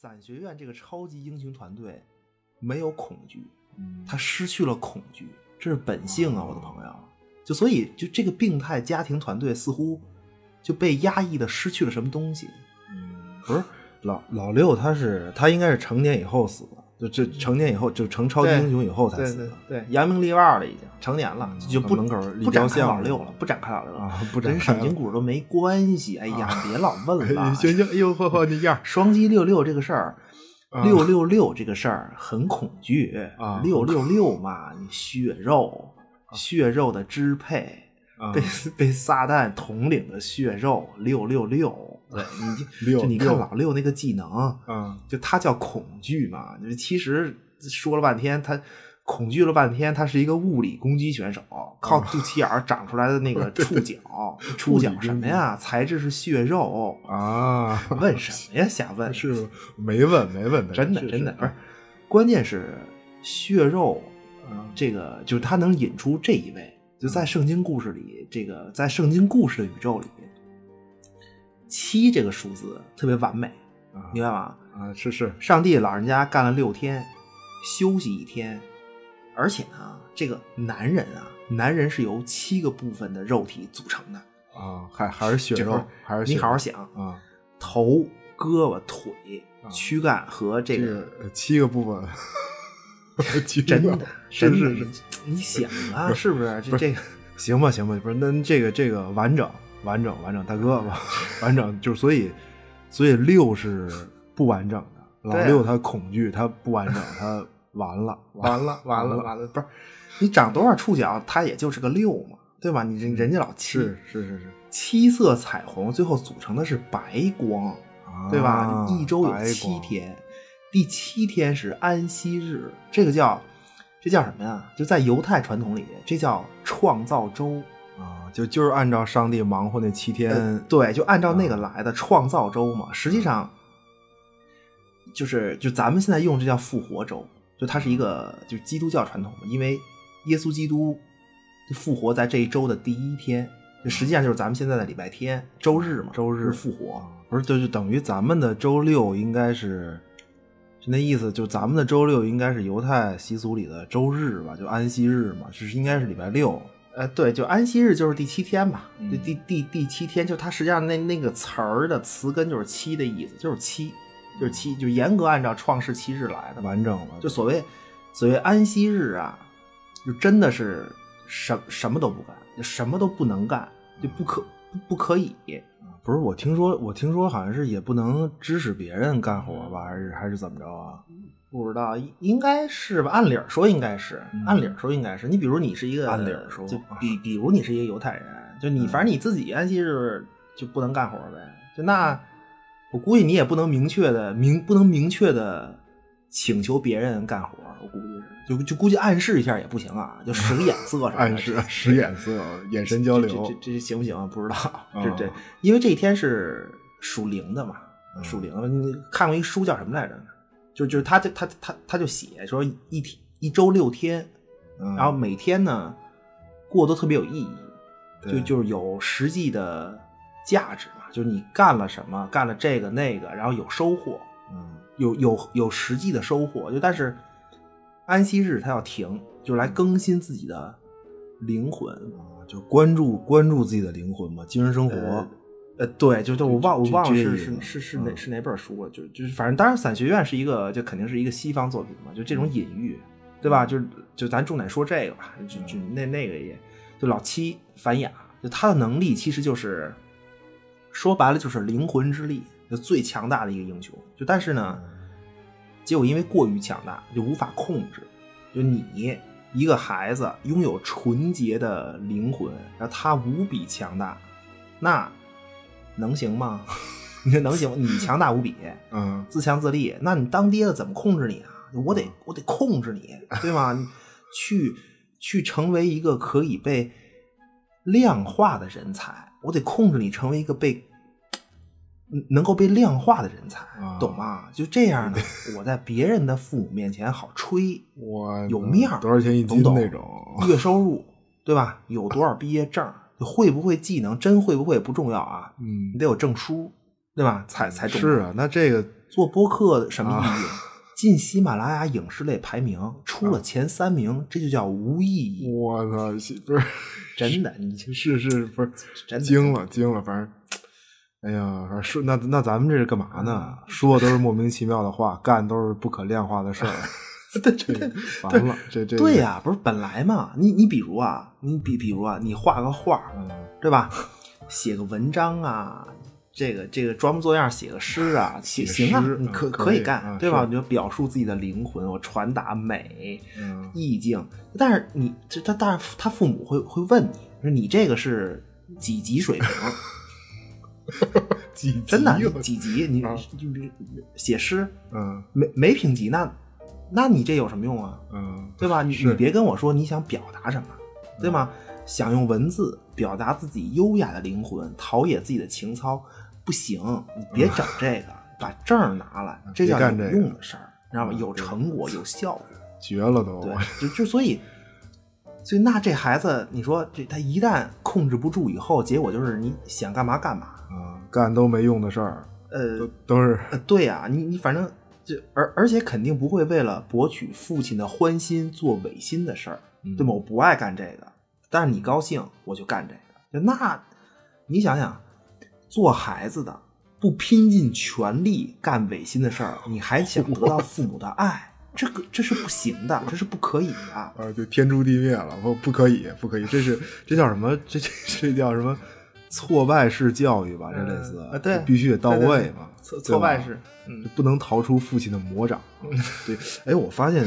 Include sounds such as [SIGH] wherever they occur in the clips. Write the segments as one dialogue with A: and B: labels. A: 伞啊学院这个超级英雄团队没有恐惧，他失去了恐惧，这是本性
B: 哦
A: 啊，我的朋友。就所以就这个病态家庭团队似乎就被压抑的失去了什么东西。嗯
B: 不是老老六，他是他应该是成年以后死的，就这成年以后就成超级英雄以后才
A: 嗯对
B: 死的
A: 对对，扬名立万了，已经成年了，就不
B: 门口立
A: 不展
B: 雕
A: 开
B: 像
A: 老六了，不展开老六了，
B: 啊， [LAUGHS] 不
A: 跟
B: 真是，
A: 沈金谷都没关系。哎呀，别老问了
B: 啊 [LAUGHS] 行，哎呦嚯嚯，你样
A: 双击六六这个事儿
B: 啊，
A: 六六六这个事儿很恐惧
B: 啊
A: 六六六
B: [LAUGHS]
A: 嘛，你血肉，血肉的支配， [LAUGHS]
B: 啊 [LAUGHS]
A: 被被撒旦统领的血肉六六
B: [LAUGHS]
A: 六，对你
B: 六
A: 就你看
B: 六
A: 老六那个技能，
B: 啊
A: 就他叫恐惧嘛，就是其实说了半天他。恐惧了半天，他是一个物理攻击选手，靠
B: 啊
A: 肚脐眼儿长出来的那
B: [LAUGHS]
A: 个触角，触角什么呀？材质是血肉，
B: 啊，
A: 问什 [LAUGHS] 么呀？瞎问
B: 是吗没问没问的，
A: 真的
B: 是
A: 真的不是，关键是血肉呃
B: 啊
A: 这个，就是它能引出这一位，就在圣经故事里，这个在圣经故事的宇宙里，七这个数字特别完美，
B: 啊
A: 明白吗？
B: 啊是是
A: 上帝老人家干了六天，休息一天，而且呢，这个男人啊，男人是由七个部分的肉体组成的，
B: 啊，还还是血
A: 这会
B: 肉
A: 儿，
B: 还是
A: 你
B: 血
A: 好好
B: 肉
A: 想，
B: 啊，
A: 头、胳膊、腿
B: 啊、
A: 躯干和这
B: 这
A: 个
B: 个呃七个部分，七个
A: 真的，
B: 是
A: 真的
B: 是是，
A: 你想啊，是不是？这这
B: [LAUGHS]
A: 个
B: 行吧，行吧，不是，那这个这个完整完整完整，大哥
A: [LAUGHS]
B: 吧，完整就是所以所以六是不完整的，老
A: 对啊
B: 六他恐惧，他不完整，他完了，
A: 完了， [LAUGHS] 完
B: 了
A: 了，完了，不是你长多少触角，它也就是个六嘛，对吧？你人人家老七
B: 嗯是是是是，
A: 七色彩虹，最后组成的是白光，
B: 啊
A: 对吧？你一周有
B: 白
A: 七
B: 光
A: 天，第七天是安息日，这个叫这叫什么呀？就在犹太传统里，这叫创造周。
B: 啊，就就是按照上帝忙活那七天，
A: 呃
B: 嗯
A: 对，就按照那个来的创造周嘛。实际上，就是就咱们现在用这叫复活周，就它是一个
B: 嗯
A: 就是基督教传统嘛，因为耶稣基督复活在这一周的第一天，就实际上就是咱们现在的礼拜天周日嘛，
B: 周日啊
A: 就是复活。
B: 不是就是等于咱们的周六应该是。就那意思，就咱们的周六应该是犹太习俗里的周日吧，就安息日嘛，是应该是礼拜六。
A: 呃，对，就安息日就是第七天吧，
B: 嗯
A: 就第第第七天，就它实际上那那个词儿的词根就是七的意思，就是七，就是七，就严格按照创世七日来的嘛。
B: 完整了，
A: 就所谓所谓安息日啊，就真的是什什么都不干，就什么都不能干，就不可不不可以。
B: 嗯不是我听说，我听说好像是也不能指使别人干活吧，还是还是怎么着啊？
A: 不知道，应应该是吧？按理儿说应该是，
B: 嗯
A: 按理儿说应该是。你比如你是一个，
B: 按理儿说啊
A: 就比比如你是一个犹太人，就你
B: 嗯
A: 反正你自己安息日就不能干活呗。就那我估计你也不能明确的明不能明确的请求别人干活，我估计是，就就估计暗示一下也不行啊，就使个眼色什
B: [LAUGHS]
A: 么的。
B: 使眼色，眼神交
A: 这这这行不行啊？不知道，
B: 啊
A: 这这因为这一天是属灵的嘛，
B: 嗯
A: 属灵的。你看过一书叫什么来着？就就是他就他他他就写说一天一周六天，
B: 嗯
A: 然后每天呢过得都特别有意义，
B: 对
A: 就就是有实际的价值嘛，就是你干了什么，干了这个那个，然后有收获，
B: 嗯
A: 有有有实际的收获。就但是安息日他要停，就是来
B: 嗯
A: 更新自己的灵魂。
B: 啊就关注关注自己的灵魂嘛，精神生活。
A: 呃，对，就就我忘我
B: 就
A: 忘了
B: 这
A: 是
B: 意思
A: 是是是
B: 嗯
A: 哪是哪本书了，就就是反正当然伞学院是一个就肯定是一个西方作品嘛，就这
B: 嗯
A: 种隐喻，对吧？就是就咱重点说这个吧，就就
B: 嗯
A: 那那个也就老七凡雅，就他的能力其实就是说白了就是灵魂之力，就最强大的一个英雄。就但是呢，结果因为过于强大，就无法控制。就你一个孩子拥有纯洁的灵魂，然后他无比强大，那能行吗？ [LAUGHS] 你说能行吗？你强大无比，
B: 嗯，
A: 自强自立，那你当爹的怎么控制你啊？我得我得控制你，对吗？
B: [LAUGHS]
A: 你去去成为一个可以被量化的人才，我得控制你成为一个被嗯能够被量化的人才
B: 啊，
A: 懂吗？就这样
B: [LAUGHS]
A: 呢，我在别人的父母面前好吹，
B: 我
A: 有面儿
B: 多少钱一斤
A: 懂懂
B: 那种？
A: 月收入对吧？有多少毕业证？会不会技能？真会不会也不重要啊，
B: 嗯
A: 你，得有证书对吧？才才重要
B: 是啊，那这个
A: 做播客什么
B: 啊
A: 意义？进喜马拉雅影视类排名出了前三名，这就叫无意义。
B: 啊我操，不是
A: 真的，你就是 [LAUGHS]
B: 是不是
A: 真的
B: 惊了惊了，反正，哎呀，反正说那那咱们这是干嘛呢？说的都是莫名其妙的话，干都是不可量化的事 [LAUGHS] 儿，
A: 对对对
B: 完了，这这
A: 对呀、不是本来嘛，你你比如啊，你比比如啊，你画个画儿，
B: 嗯
A: 对吧？写个文章啊，这个这个装模作样写个诗啊，写
B: 写
A: 行啊
B: 诗，
A: 你
B: 嗯
A: 可
B: 可
A: 以
B: 以
A: 干，
B: 啊
A: 对吧？
B: 是
A: 你就表述自己的灵魂，我传达美
B: 嗯
A: 意境。但是你这他，但是他父母会会问你，说你这个是几级水平？
B: [LAUGHS] 几
A: 真的
B: 集
A: 你
B: 了
A: 几级？你
B: 啊
A: 就是写诗
B: 嗯
A: 没没评级，那那你这有什么用啊？
B: 嗯
A: 对吧？你
B: 是嗯
A: 你别跟我说你想表达什么，对吗？想用文字表达自己优雅的灵魂，陶冶自己的情操，不行，你别整这个，把证儿拿
B: [LAUGHS]
A: 来，这
B: 嗯别
A: 叫
B: 干
A: 有
B: 这个
A: 用的事儿，知道吗？
B: 嗯
A: 有
B: 对
A: 成果，有效果。
B: 绝了都，
A: 对，就就所以，所以那这孩子，你说这他一旦控制不住以后，结果就是你想干嘛干嘛。
B: 啊，干都没用的事儿，
A: 呃
B: 都，都是
A: 呃对呀、你你反正就而而且肯定不会为了博取父亲的欢心做违心的事儿，
B: 嗯
A: 对吗？我不爱干这个，但是你高兴我就干这个。就那，你想想，做孩子的不拼尽全力干违心的事儿，你还想得到父母的爱，这个这是不行的，这是不可以的。
B: 啊，就天诛地灭了，不不可以，不可以，
A: [LAUGHS]
B: 这是这叫什么？ [LAUGHS] 这这这叫什么？挫败式教育吧，这类似
A: 嗯啊对
B: 必须得到
A: 对对
B: 位
A: 对
B: 嘛，
A: 挫
B: 对吧
A: 挫败式，嗯
B: 就不能逃出父亲的魔掌。对，哎，我发现，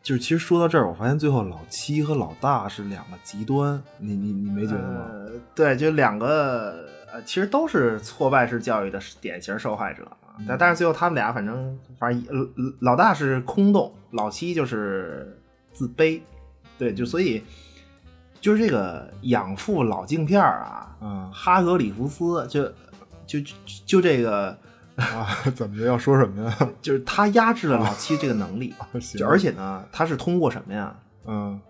B: 就是其实说到这儿，我发现最后老七和老大是两个极端，你你你没觉得吗？
A: 呃，对，就两个呃，其实都是挫败式教育的典型受害者嘛。
B: 嗯
A: 但但是最后他们俩反正反正呃老大是空洞，老七就是自卑，对，
B: 嗯
A: 就所以就是这个养父老镜片儿啊，
B: 啊
A: 哈格里夫斯就就就就这个
B: 啊， [LAUGHS] 怎么着要说什么
A: [LAUGHS]
B: 呀？
A: 就是他压制了老七这个能力，
B: [LAUGHS] 行
A: 就而且呢，他是通过什么呀？
B: 嗯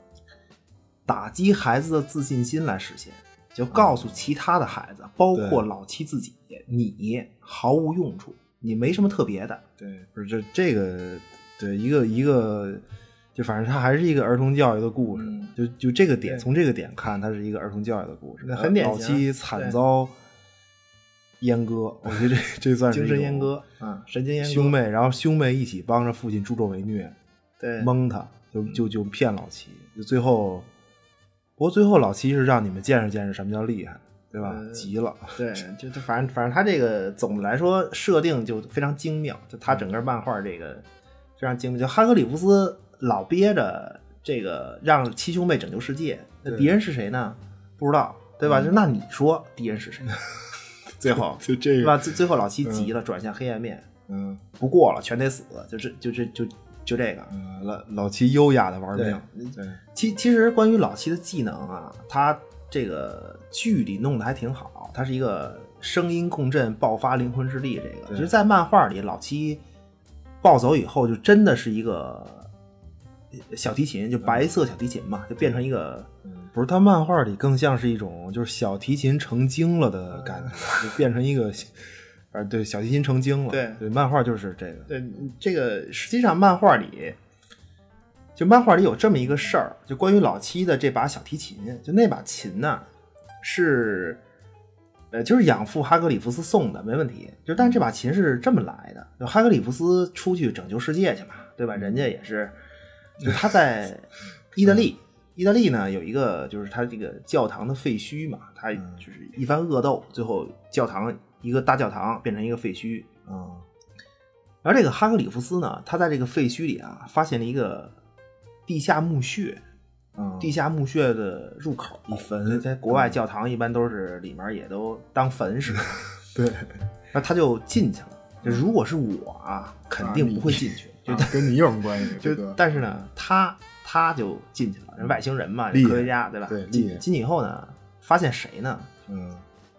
A: 打击孩子的自信心来实现，就告诉其他的孩子，包括老七自己，你毫无用处，你没什么特别的。
B: 对，不是这这个，对一个一个，就反正它还是一个儿童教育的故事。
A: 嗯
B: 就就这个点，
A: 对
B: 从这个点看，它是一个儿童教育的故事。
A: 那很典型啊
B: 老七惨遭阉割，我觉得这这算是
A: 精神
B: 一种
A: 阉割，嗯，神经阉割，
B: 兄妹，然后兄妹一起帮着父亲助纣为虐，
A: 对，
B: 蒙他，就
A: 嗯
B: 就就骗老七，就最后，不过最后老七是让你们见识见识什么叫厉害，对吧？
A: 嗯
B: 急了，
A: 对，就就反正反正他这个总的来说设定就非常精妙，就他整个漫画这个非常精妙。就哈格里夫斯老憋着这个让七兄妹拯救世界，那
B: 对
A: 敌人是谁呢？不知道，对吧？就那你说敌人是谁？嗯 [LAUGHS] 最
B: [LAUGHS]
A: 后
B: 就这
A: [LAUGHS] 对吧？
B: 个，
A: 最最后老七急了，转向黑暗面，
B: 嗯
A: 不过了，全得死，就这就这就就这个。
B: 嗯，老老七优雅的玩
A: 对
B: 命，对，
A: 其其实关于老七的技能啊，他这个剧里弄得还挺好，他是一个声音共振爆发灵魂之力，这个
B: 对
A: 其实，在漫画里老七暴走以后，就真的是一个小提琴，就白色小提琴嘛，就变成一个。
B: 不是，他漫画里更像是一种就是小提琴成精了的感觉，
A: [LAUGHS]
B: 就变成一个，啊，对，小提琴成精了。
A: 对
B: 漫画就是这个。
A: 对，呃这个实际上漫画里，就漫画里有这么一个事儿，就关于老七的这把小提琴，就那把琴呢、是，呃，就是养父哈格里夫斯送的，没问题。就但这把琴是这么来的，就哈格里夫斯出去拯救世界去嘛，对吧？人家也是，就他在意大利。意大利呢有一个，就是他这个教堂的废墟嘛，他就是一番恶斗，最后教堂一个大教堂变成一个废墟，
B: 嗯
A: 而这个哈格里夫斯呢，他在这个废墟里啊，发现了一个地下墓穴，
B: 嗯，
A: 地下墓穴的入口
B: 一坟
A: 在国外教堂一般都是里面也都当坟
B: [LAUGHS]
A: 使，
B: [LAUGHS] 对，
A: 那他就进去了。就如果是我啊，肯定不会进
B: [LAUGHS]
A: 去。
B: 就跟你有什么关 [LAUGHS] 系？
A: 就
B: 啊这
A: 就
B: 个
A: 但是呢，他他就进去了，人外星人嘛，
B: 厉害
A: 科学家对吧？
B: 对厉害
A: 进进去以后呢，发现谁呢？
B: 嗯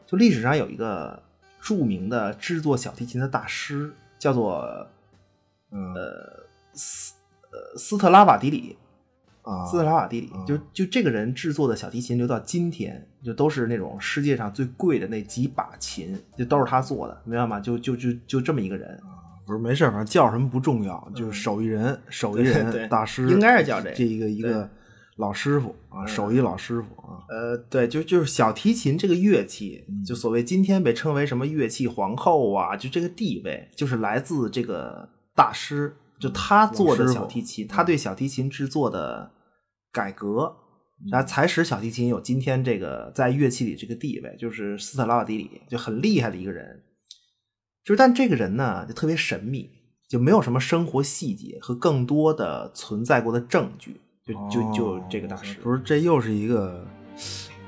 A: 就历史上有一个著名的制作小提琴的大师，叫做
B: 嗯
A: 呃斯特拉瓦迪里。
B: 啊，
A: 斯特拉瓦蒂里，
B: 啊
A: 就就这个人制作的小提琴，留到今天就都是那种世界上最贵的那几把琴，就都是他做的，明白吗？就就就就这么一个人，
B: 啊不是没事儿，反正叫什么不重要，就是手艺人、手艺
A: 嗯对对
B: 人大师，
A: 应该是叫这
B: 这
A: 个嗯
B: 一个一个老师傅啊，手艺老师傅啊，
A: 呃，对，就就是小提琴这个乐器，
B: 嗯
A: 就所谓今天被称为什么乐器皇后啊，就这个地位，就是来自这个大师，就他做的
B: 嗯老师傅嗯
A: 小提琴，他对小提琴制作的改革，
B: 嗯
A: 然后才使小提琴有今天这个在乐器里这个地位，就是斯特拉瓦蒂里就很厉害的一个人。就是，但这个人呢，就特别神秘，就没有什么生活细节和更多的存在过的证据，就就就
B: 哦
A: 这个大师，
B: 不是这又是一个，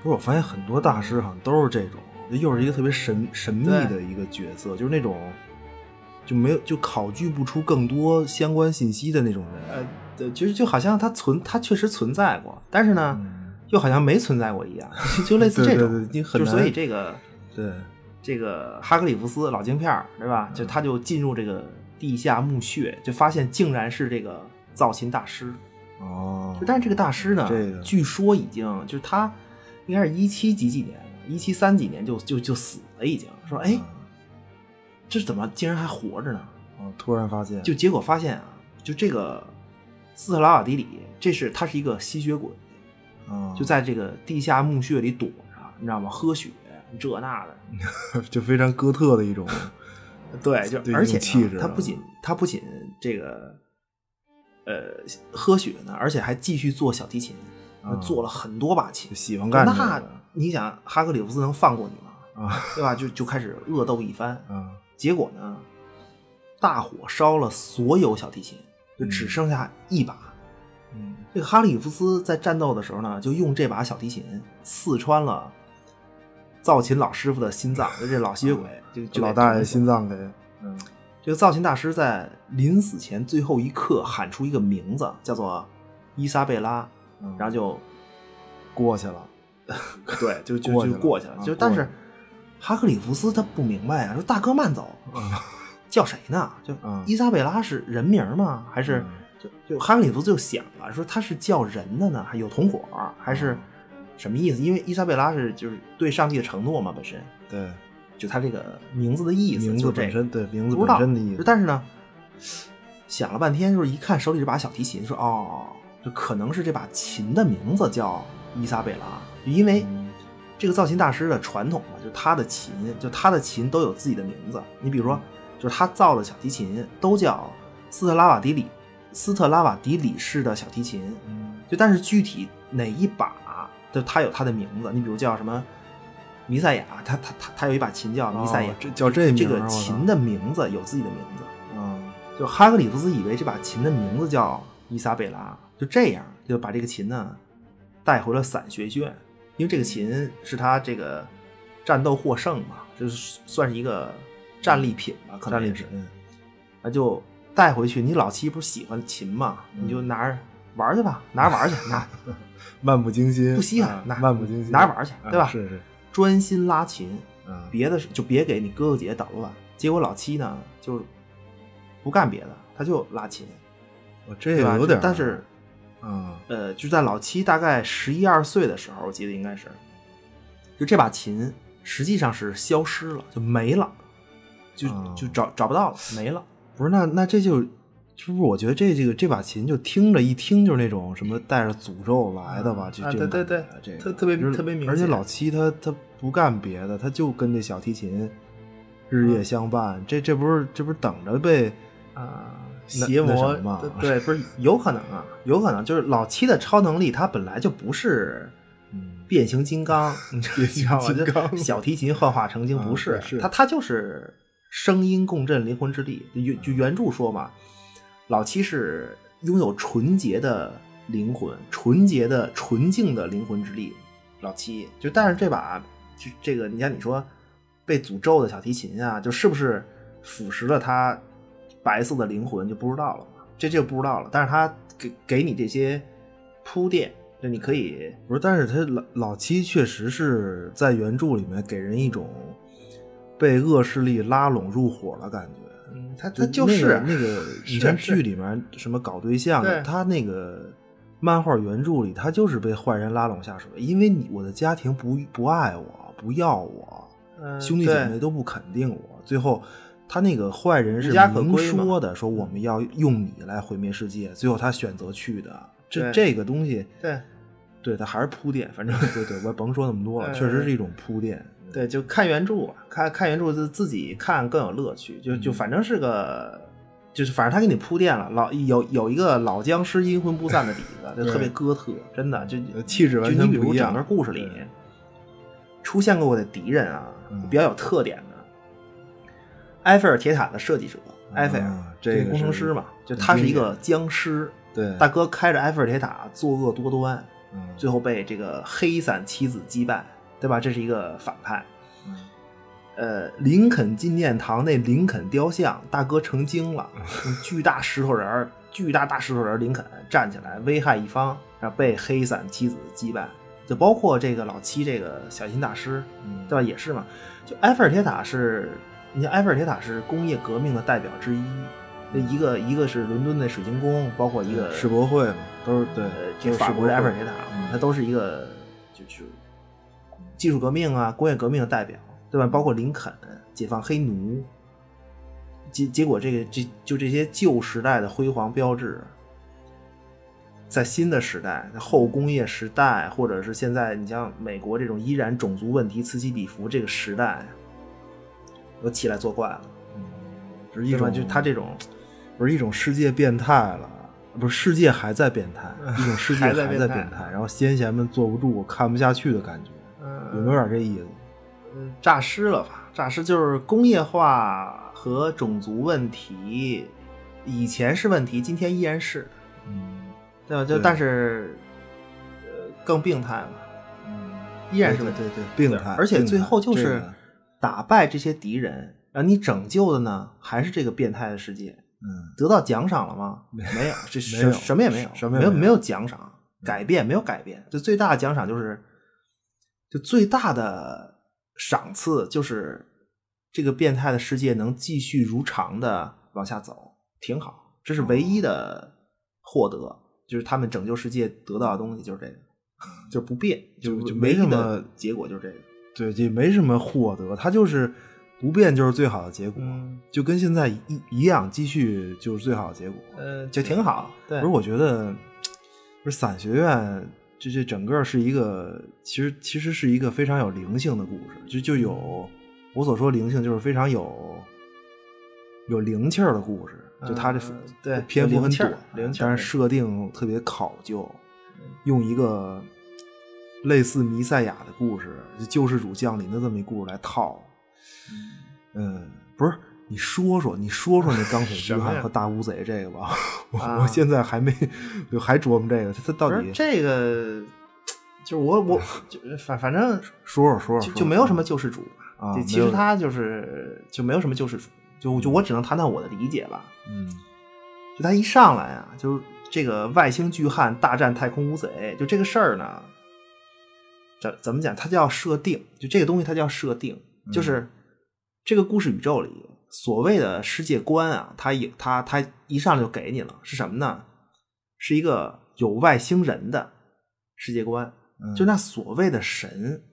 B: 不是我发现很多大师好像都是这种，这又是一个特别神神秘
A: 对
B: 的一个角色，就是那种就没有就考据不出更多相关信息的那种人，
A: 呃，对，就是就好像它存，它确实存在过，但是呢，
B: 嗯
A: 又好像没存在过一样， [LAUGHS] 就就类似这
B: 对对
A: 种，
B: 对你很
A: 就所以
B: 难
A: 这个
B: 对，
A: 这个哈格里夫斯老镜片儿，对
B: 嗯
A: 吧？就他就进入这个地下墓穴，就发现竟然是这个造琴大师。
B: 哦
A: 就，但是这个大师呢，
B: 这个
A: 据说已经就是他应该是一七几几年，一七三几年就就就死了，已经说哎，这怎么竟然还活着呢？
B: 哦，突然发现
A: 就结果发现啊，就这个斯特拉瓦迪里，这是他是一个吸血鬼，
B: 啊
A: 就在这个地下墓穴里躲着，你知道吗？喝血这那的，
B: 就非常哥特的一种，
A: 对，就
B: 对
A: 而且
B: 有气质
A: 呢
B: 啊
A: 他不仅他不仅这个呃喝血呢，而且还继续做小提琴，
B: 啊
A: 做了很多把琴
B: 就。喜欢干这
A: 那
B: 个
A: 你想，哈格里夫斯能放过你吗？
B: 啊
A: 对吧？就就开始恶斗一番，
B: 啊
A: 结果呢，大火烧了所有小提琴，就只剩下一把。
B: 嗯
A: 这个哈里夫斯在战斗的时候呢，就用这把小提琴刺穿了造琴老师傅的心脏， [LAUGHS] 就这老吸血鬼，就就
B: 啊嗯老大爷
A: 给
B: 心脏给嗯
A: 这个造琴大师在临死前最后一刻喊出一个名字，叫做伊莎贝拉，
B: 嗯
A: 然后就
B: 过去了，
A: [LAUGHS] 对，就就
B: 过去
A: 就
B: 了
A: 过去了。
B: 啊
A: 就
B: 过
A: 但
B: 去
A: 是
B: 了
A: 哈克里夫斯他不明白啊，说大哥慢走，叫谁呢？就
B: 嗯
A: 伊莎贝拉是人名吗？还是
B: 嗯
A: 就就哈克里夫斯就想了，说他是叫人的呢，还有同伙，还是
B: 嗯
A: 什么意思？因为伊莎贝拉是就是对上帝的承诺嘛，本身
B: 对，
A: 就他这个名字的意思，
B: 名
A: 就
B: 字
A: 这
B: 本
A: 个
B: 身对名字
A: 不知道
B: 本身的意思，
A: 但是呢，想了半天，就是一看手里这把小提琴，说哦，这可能是这把琴的名字叫伊莎贝拉，因为
B: 嗯
A: 这个造琴大师的传统嘛，就他的琴，就他的琴都有自己的名字。你比如
B: 嗯
A: 说，就是他造的小提琴都叫斯特拉瓦迪里斯特拉瓦迪里式的小提琴，
B: 嗯
A: 就但是具体哪一把，就它有它的名字。你比如叫什么弥赛亚，它它它它有一把琴叫弥赛亚，
B: 哦这叫这
A: 这
B: 名儿
A: 个
B: 我操
A: 琴的名字有自己的名字。
B: 啊
A: 就哈格里夫斯以为这把琴的名字叫伊莎贝拉，就这样就把这个琴呢带回了伞学院，因为这个琴是他这个战斗获胜嘛，就是算是一个战利品吧，啊可
B: 战
A: 能
B: 利
A: 也是
B: 品，嗯
A: 那就带回去。你老七不是喜欢琴嘛，你
B: 嗯
A: 就拿着玩儿去吧，拿着玩儿去，
B: [LAUGHS]
A: 拿
B: 漫不经心
A: 不稀罕
B: 啊，
A: 拿
B: 漫不经心
A: 拿着玩儿去，
B: 啊
A: 对吧？
B: 是是
A: 专心拉琴，
B: 啊
A: 别的事就别给你哥哥姐姐捣乱。结果老七呢，就是不干别的，他就拉琴，
B: 我这
A: 对吧？
B: 个有点儿，
A: 但是
B: 啊
A: 呃，就在老七大概十一二岁的时候，我记得应该是，就这把琴实际上是消失了，就没了，就、
B: 哦
A: 就找找不到了，没了。
B: 不是那那这就。是不是我觉得这这个这把琴就听着一听就是那种什么带着诅咒来的吧？
A: 啊
B: 这
A: 啊
B: 这种
A: 对对
B: 感
A: 对
B: 觉这
A: 特
B: 个
A: 特别
B: 就是
A: 特别明
B: 而且
A: 显
B: 老七他他不干别的，他就跟这小提琴日
A: 嗯
B: 夜相伴。这这不是这不是等着被
A: 啊，
B: 那
A: 邪
B: 那
A: 魔
B: 什么嘛
A: 对对，不是有可能啊，有可能就是老七的超能力，它本来就不是
B: 嗯
A: 变形金
B: [LAUGHS]
A: 刚，
B: 变形金刚
A: 就小提琴幻化成精，
B: 啊
A: 不是，
B: 对是
A: 它它就是声音共振灵魂之力。就原就原著说嘛，老七是拥有纯洁的灵魂，纯洁的纯净的灵魂之力。老七就但是这把就这个，你像你说被诅咒的小提琴啊，就是不是腐蚀了他白色的灵魂就不知道了嘛，这就不知道了。但是他给给你这些铺垫，就你可以。
B: 不是，但是他老老七确实是在原著里面给人一种被恶势力拉拢入伙的感觉。
A: 嗯，他他就
B: 那
A: 是
B: 个那
A: [LAUGHS]
B: 个以前剧里面什么搞对象的，
A: 对
B: 他那个漫画原著里，他就是被坏人拉拢下水，因为你我的家
A: 呃嗯
B: 庭不不爱我，不要我，兄弟姐妹都不肯定我，最后他那个坏人是
A: 无家可
B: 明
A: 归嘛嗯
B: 说的，说我们要用你来毁灭世界，最后他选择去的。
A: 对
B: 这这个东西，
A: 对
B: 对他还是铺垫，反正对对，我也甭说那么多了，
A: 嗯
B: 确实是一种铺垫。
A: 对，就看原著啊，看看原著自自己看更有乐趣，就
B: 嗯
A: 就反正是个。就是反正他给你铺垫了，老有有一个老僵尸阴魂不散的底子，就特别哥特，真的就
B: 呃气质完全
A: 就你比
B: 不
A: 如
B: 一样
A: 整个故事里
B: 对
A: 出现过的敌人啊
B: 嗯，
A: 比较有特点的，埃菲尔铁塔的设计者埃菲尔
B: 啊，
A: 就
B: 这
A: 那
B: 个
A: 工程
B: 是
A: 师嘛，就
B: 很
A: 他是
B: 经
A: 一个僵尸，
B: 对，
A: 大哥开着埃菲尔铁塔作恶多端，
B: 嗯
A: 最后被这个黑伞妻子击败，对吧？这是一个反派。
B: 嗯
A: 呃，林肯纪念堂那林肯雕像，大哥成精了，用巨大石头人儿，巨大大石头人儿林肯站起来危害一方，然后被黑伞妻子击败。就包括这个老七这个小新大师，
B: 嗯
A: 对吧？也是嘛。就埃菲尔铁塔是，你像埃菲尔铁塔是工业革命的代表之一，那一个一个是伦敦的水晶宫，包括一个
B: 嗯世博会嘛，都是对
A: 呃，，这
B: 都是
A: 法
B: 世
A: 国
B: 博
A: 的埃菲尔
B: 会
A: 铁塔嘛
B: 嗯，
A: 它都是一个就是技术革命啊、工业革命的代表，对吧？包括林肯解放黑奴，结结果这个这就这些旧时代的辉煌标志，在新的时代、后工业时代，或者是现在你像美国这种依然种族问题此起彼伏这个时代，又起来作怪了，
B: 是一
A: 对吧？
B: 种
A: 就他这种
B: 不是一种世界变态了，不是世界还在变
A: [LAUGHS]
B: 态，一种世界还
A: 还
B: 在
A: 在
B: 变
A: 变态啊
B: 态，然后先贤们坐不住、看不下去的感觉，有没有点这意思？
A: 嗯，呃诈尸了吧？诈尸就是工业化和种族问题，以前是问题，今天依然是，
B: 嗯，
A: 对吧？就
B: 对
A: 但是，呃，更病态了，依然是
B: 对
A: 问题。
B: 对对，病态，
A: 而且
B: 病态
A: 最后就
B: 这
A: 是
B: 个
A: 打败这些敌人，然后你拯救的呢，还是这个变态的世界。
B: 嗯，
A: 得到奖赏了吗？没有，这
B: 没有
A: 什什么也没有，
B: 什么
A: 没
B: 也没有
A: 有嗯没有奖赏，改变没有改变，就最大的奖赏就是，就最大的赏赐就是这个变态的世界能继续如常的往下走，挺好，这是唯一的获得，就是他们拯救世界得到的东西就是这个，就不变，就
B: 就
A: 唯
B: 没
A: 一
B: 什
A: 的
B: 么
A: 结果就是这个，
B: 对，这没什么获得，它就是不变就是最好的结果，
A: 嗯
B: 就跟现在一一样，继续就是最好的结果。
A: 呃，就挺好，对，
B: 不是，我觉得，不是伞学院这这整个是一个，其实其实是一个非常有灵性的故事，就就
A: 嗯
B: 有我所说灵性，就是非常有有灵气儿的故事。就它这、
A: 嗯对
B: 篇幅
A: 有
B: 很
A: 灵气
B: 短
A: 儿灵，气儿嗯
B: 但是设定特别考究，用一个类似弥赛亚的故事，就救世主降临的这么一故事来套。嗯，不是，你说说，你说说那
A: [LAUGHS]
B: 钢铁
A: 什
B: 之
A: 么呀
B: 汉和大乌贼这个吧，我、
A: 啊
B: 我现在还没就还琢磨这个，他他到
A: 不是
B: 底
A: 这个，就是我我就反反正
B: 说说说
A: 就
B: 说
A: 就没有什么救世主
B: 啊
A: 对
B: 没
A: 其
B: 有
A: 实他就是就没有什么救世主，就就我只能谈谈我的理解吧。
B: 嗯
A: 就他一上来啊，就这个外星巨汉大战太空乌贼，就这个事儿呢，怎怎么讲？它叫设定，就这个东西它叫设定，就是这个故事宇宙里所谓的世界观啊，它也它它一上来就给你了，是什么呢？是一个有外星人的世界观，
B: 嗯
A: 就那所谓的神，